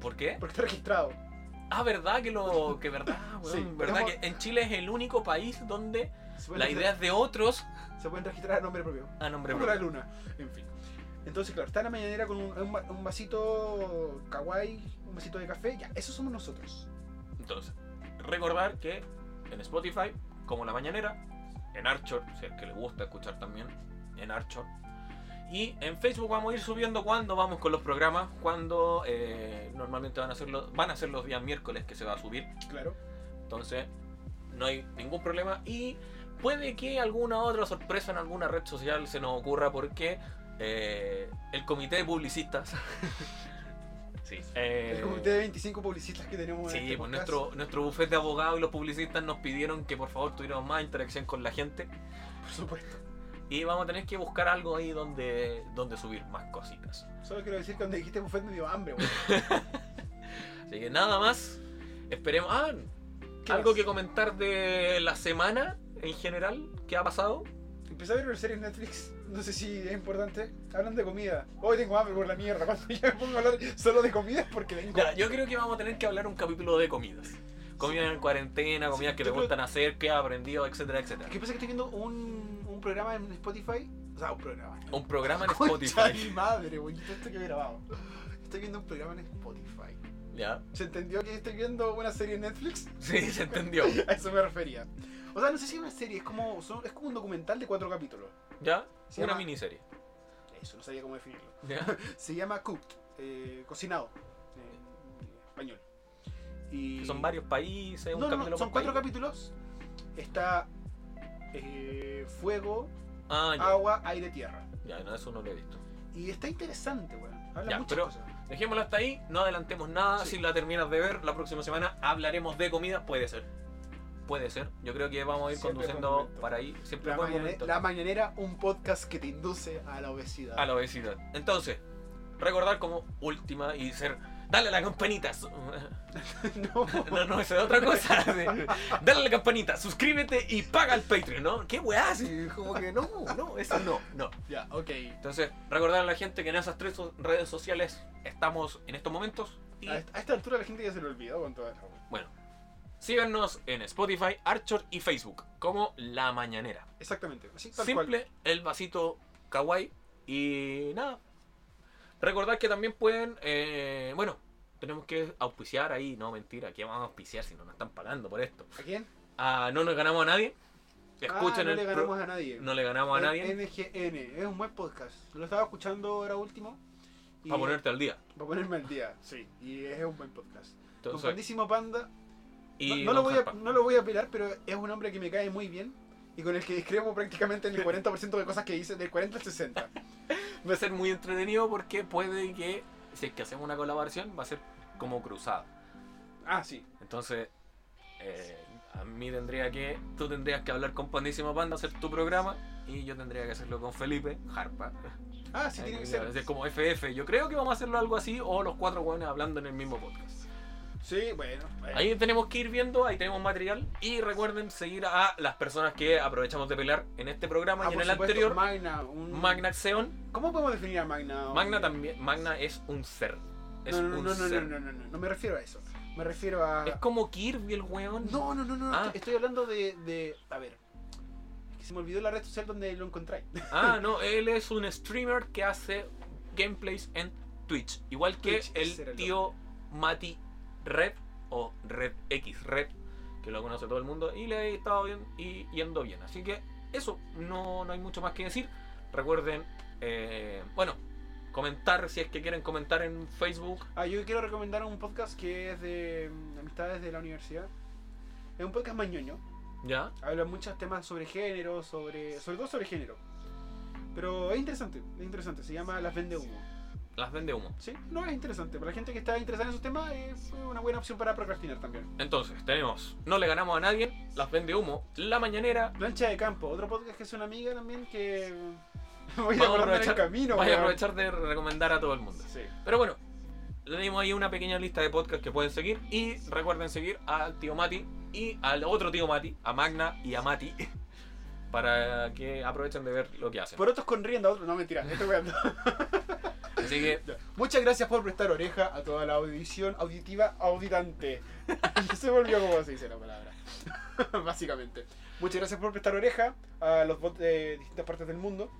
Speaker 1: ¿Por qué?
Speaker 2: Porque está registrado.
Speaker 1: Ah, verdad que lo. que verdad, weón,
Speaker 2: Sí,
Speaker 1: verdad
Speaker 2: tenemos-
Speaker 1: que en Chile es el único país donde
Speaker 2: Se pueden
Speaker 1: las
Speaker 2: registrar-
Speaker 1: ideas de otros
Speaker 2: Se pueden registrar a nombre propio.
Speaker 1: a nombre
Speaker 2: Como la
Speaker 1: propio.
Speaker 2: luna. En fin. Entonces, claro, está la mañanera con un, un va- un vasito kawaii, un vasito de café. Ya, esos somos nosotros.
Speaker 1: Entonces, recordar que en Spotify, como la mañanera, en Archor, si es que le gusta escuchar también, en Archor. Y en Facebook vamos a ir subiendo cuando vamos con los programas, cuando eh, normalmente van a, ser los, van a ser los días miércoles que se va a subir.
Speaker 2: Claro.
Speaker 1: Entonces, no hay ningún problema. Y puede que alguna otra sorpresa en alguna red social se nos ocurra porque eh, el comité de publicistas. sí. eh,
Speaker 2: El comité de 25 publicistas que tenemos en
Speaker 1: Sí,
Speaker 2: este
Speaker 1: pues
Speaker 2: podcast.
Speaker 1: nuestro, nuestro buffet de abogados y los publicistas nos pidieron que por favor tuviéramos más interacción con la gente
Speaker 2: Por supuesto.
Speaker 1: y vamos a tener que buscar algo ahí donde, donde subir más cositas.
Speaker 2: Solo quiero decir que cuando dijiste buffet me dio hambre, güey.
Speaker 1: Así que nada más, esperemos. Ah,
Speaker 2: ¿Qué
Speaker 1: algo
Speaker 2: más?
Speaker 1: que comentar de la semana en general, ¿qué ha pasado?
Speaker 2: Empecé a ver una serie en Netflix, no sé si es importante. Hablan de comida. Hoy tengo hambre por la mierda. Cuando yo me pongo a hablar solo de comida es porque tengo.
Speaker 1: Ya, yo creo que vamos a tener que hablar un capítulo de comidas. Comidas en cuarentena, comidas
Speaker 2: Sí,
Speaker 1: que
Speaker 2: yo
Speaker 1: te
Speaker 2: creo-
Speaker 1: gustan hacer, qué has aprendido, etcétera, etcétera.
Speaker 2: ¿Qué pasa que estoy viendo un, un programa en Spotify? O sea, un programa.
Speaker 1: Un programa en
Speaker 2: Concha de
Speaker 1: Spotify.
Speaker 2: mi madre, güey. todo Esto que he grabado. Estoy viendo un programa en Spotify.
Speaker 1: ¿Ya?
Speaker 2: ¿Se entendió que estoy viendo una serie en Netflix?
Speaker 1: Sí, se entendió.
Speaker 2: A eso me refería. O sea, no sé si es una serie, es como, son- es como un documental de cuatro capítulos.
Speaker 1: ¿Ya?
Speaker 2: Se
Speaker 1: Una
Speaker 2: llama-
Speaker 1: miniserie.
Speaker 2: Eso, no sabía cómo definirlo.
Speaker 1: ¿Ya?
Speaker 2: Se llama Cooked, eh, cocinado, eh, en español. Y
Speaker 1: Que Son varios países, un
Speaker 2: No, no, no,
Speaker 1: capítulo
Speaker 2: son
Speaker 1: por
Speaker 2: cuatro
Speaker 1: país.
Speaker 2: capítulos. Está eh, fuego,
Speaker 1: Ah, ya.
Speaker 2: agua, aire, tierra.
Speaker 1: Ya, no, eso no lo he visto.
Speaker 2: Y está interesante, weón. Habla
Speaker 1: Ya,
Speaker 2: muchas
Speaker 1: pero-
Speaker 2: cosas.
Speaker 1: Dejémoslo hasta ahí, no adelantemos nada.
Speaker 2: Sí.
Speaker 1: Si la terminas de ver, la próxima semana hablaremos de comida. Puede ser. Puede ser. Yo creo que vamos a ir
Speaker 2: Siempre buen
Speaker 1: conduciendo
Speaker 2: momento.
Speaker 1: para ahí. Siempre
Speaker 2: La,
Speaker 1: buen
Speaker 2: mañane-
Speaker 1: momento.
Speaker 2: La Mañanera, un podcast que te induce a la obesidad.
Speaker 1: a la obesidad. Entonces, recordar como última y ser. Dale a la campanita. su-
Speaker 2: no.
Speaker 1: No, no, eso es otra cosa. sí. Dale a la campanita, suscríbete y paga el Patreon, ¿no? ¿Qué weá? sí, Como que no, no, eso no, no.
Speaker 2: Ya, ok.
Speaker 1: Entonces, recordar a la gente que en esas tres so- redes sociales estamos en estos momentos. Y
Speaker 2: A, est- a esta altura la gente ya se lo olvidó con toda esta weón.
Speaker 1: bueno, síganos en Spotify, Archer y Facebook, como La Mañanera.
Speaker 2: Exactamente. Así tal cual.
Speaker 1: Simple, el vasito kawaii y nada. Recordad que también pueden, eh, bueno, tenemos que auspiciar ahí, no mentira, que vamos a auspiciar si no nos están pagando por esto.
Speaker 2: ¿A quién?
Speaker 1: Ah, no nos ganamos a nadie.
Speaker 2: Ah,
Speaker 1: Escuchen
Speaker 2: no
Speaker 1: el
Speaker 2: le
Speaker 1: pro-
Speaker 2: ganamos a nadie.
Speaker 1: no le ganamos a nadie
Speaker 2: NGN, es un buen podcast. Lo estaba escuchando ahora último. y-
Speaker 1: para ponerte al día.
Speaker 2: para ponerme al día, sí. Y es un buen podcast.
Speaker 1: Entonces,
Speaker 2: Con Pandísimo Panda, No-
Speaker 1: y
Speaker 2: no, lo
Speaker 1: Don
Speaker 2: voy a,
Speaker 1: Zarpa.
Speaker 2: no lo voy a apelar, pero es un hombre que me cae muy bien y con el que discrepo prácticamente en el 40% de cosas que dice, del 40 al 60.
Speaker 1: va a ser muy entretenido porque puede que si es que hacemos una colaboración va a ser como cruzada.
Speaker 2: Ah, sí.
Speaker 1: Entonces, eh, a mí tendría que. Tú tendrías que hablar con Pandísima Panda, hacer tu programa. Y yo tendría que hacerlo con Felipe, Harpa.
Speaker 2: Ah, sí, tiene que ser.
Speaker 1: Es como FF. Yo creo que vamos a hacerlo algo así o los cuatro hueones hablando en el mismo podcast.
Speaker 2: Sí, bueno. bueno.
Speaker 1: Ahí tenemos que ir viendo, ahí tenemos material. Y recuerden seguir a las personas que aprovechamos de pelear en este programa
Speaker 2: Ah,
Speaker 1: y en
Speaker 2: por
Speaker 1: el
Speaker 2: supuesto,
Speaker 1: anterior.
Speaker 2: Magna, un-
Speaker 1: Magna Xeon.
Speaker 2: ¿Cómo podemos definir a Magna?
Speaker 1: Magna también. Magna es un ser. Es
Speaker 2: no, no,
Speaker 1: un
Speaker 2: no, no, no,
Speaker 1: ser.
Speaker 2: no, no, no, no me refiero a eso. Me refiero a.
Speaker 1: Es como Kirby el weón.
Speaker 2: No, no, no, no.
Speaker 1: Ah.
Speaker 2: Estoy hablando de, de. A ver. Es que se me olvidó la red social donde lo encontráis.
Speaker 1: Ah, no, él es un streamer que hace gameplays en Twitch. Igual que
Speaker 2: Twitch, ese era
Speaker 1: el
Speaker 2: el
Speaker 1: tío Mati Red o Red X Red, que lo conoce todo el mundo, y le he estado bien y yendo bien. Así que eso, no, no hay mucho más que decir. Recuerden, eh, bueno, comentar si es que quieren comentar en Facebook.
Speaker 2: Ah, yo quiero recomendar un podcast que es de mm, amistades de la universidad. Es un podcast más ñoño.
Speaker 1: Ya,
Speaker 2: Habla muchos temas sobre género, sobre. sobre todo sobre género. Pero es interesante, es interesante. Se llama Las Vende Humo.
Speaker 1: las vende humo.
Speaker 2: Sí, no es interesante. Para la gente que está interesada en esos temas, es una buena opción para procrastinar también.
Speaker 1: Entonces, tenemos No le ganamos a nadie, las vende humo, La Mañanera.
Speaker 2: Plancha de Campo, otro podcast que es una amiga también que. Me voy a
Speaker 1: Vamos a
Speaker 2: acordar el
Speaker 1: aprovechar-
Speaker 2: camino,
Speaker 1: Vaya a
Speaker 2: weón.
Speaker 1: aprovechar de recomendar a todo el mundo.
Speaker 2: Sí.
Speaker 1: Pero bueno, le dimos ahí una pequeña lista de podcasts que pueden seguir. Y recuerden seguir al tío Mati y al otro tío Mati, a Magna y a Mati, para que aprovechen de ver lo que hacen.
Speaker 2: Por otros corriendo, otros no mentira, estoy weando.
Speaker 1: Así que
Speaker 2: Ya. Muchas gracias por prestar oreja a toda la audición auditiva auditante. se volvió como se dice la palabra. Básicamente. Muchas gracias por prestar oreja a los bots de distintas partes del mundo,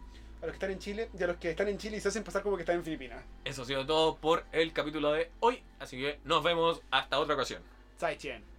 Speaker 2: a los que están en Chile y a los que están en Chile y se hacen pasar como que están en Filipinas.
Speaker 1: eso ha sido todo por el capítulo de hoy. Así que nos vemos hasta otra ocasión.
Speaker 2: Sai Chen.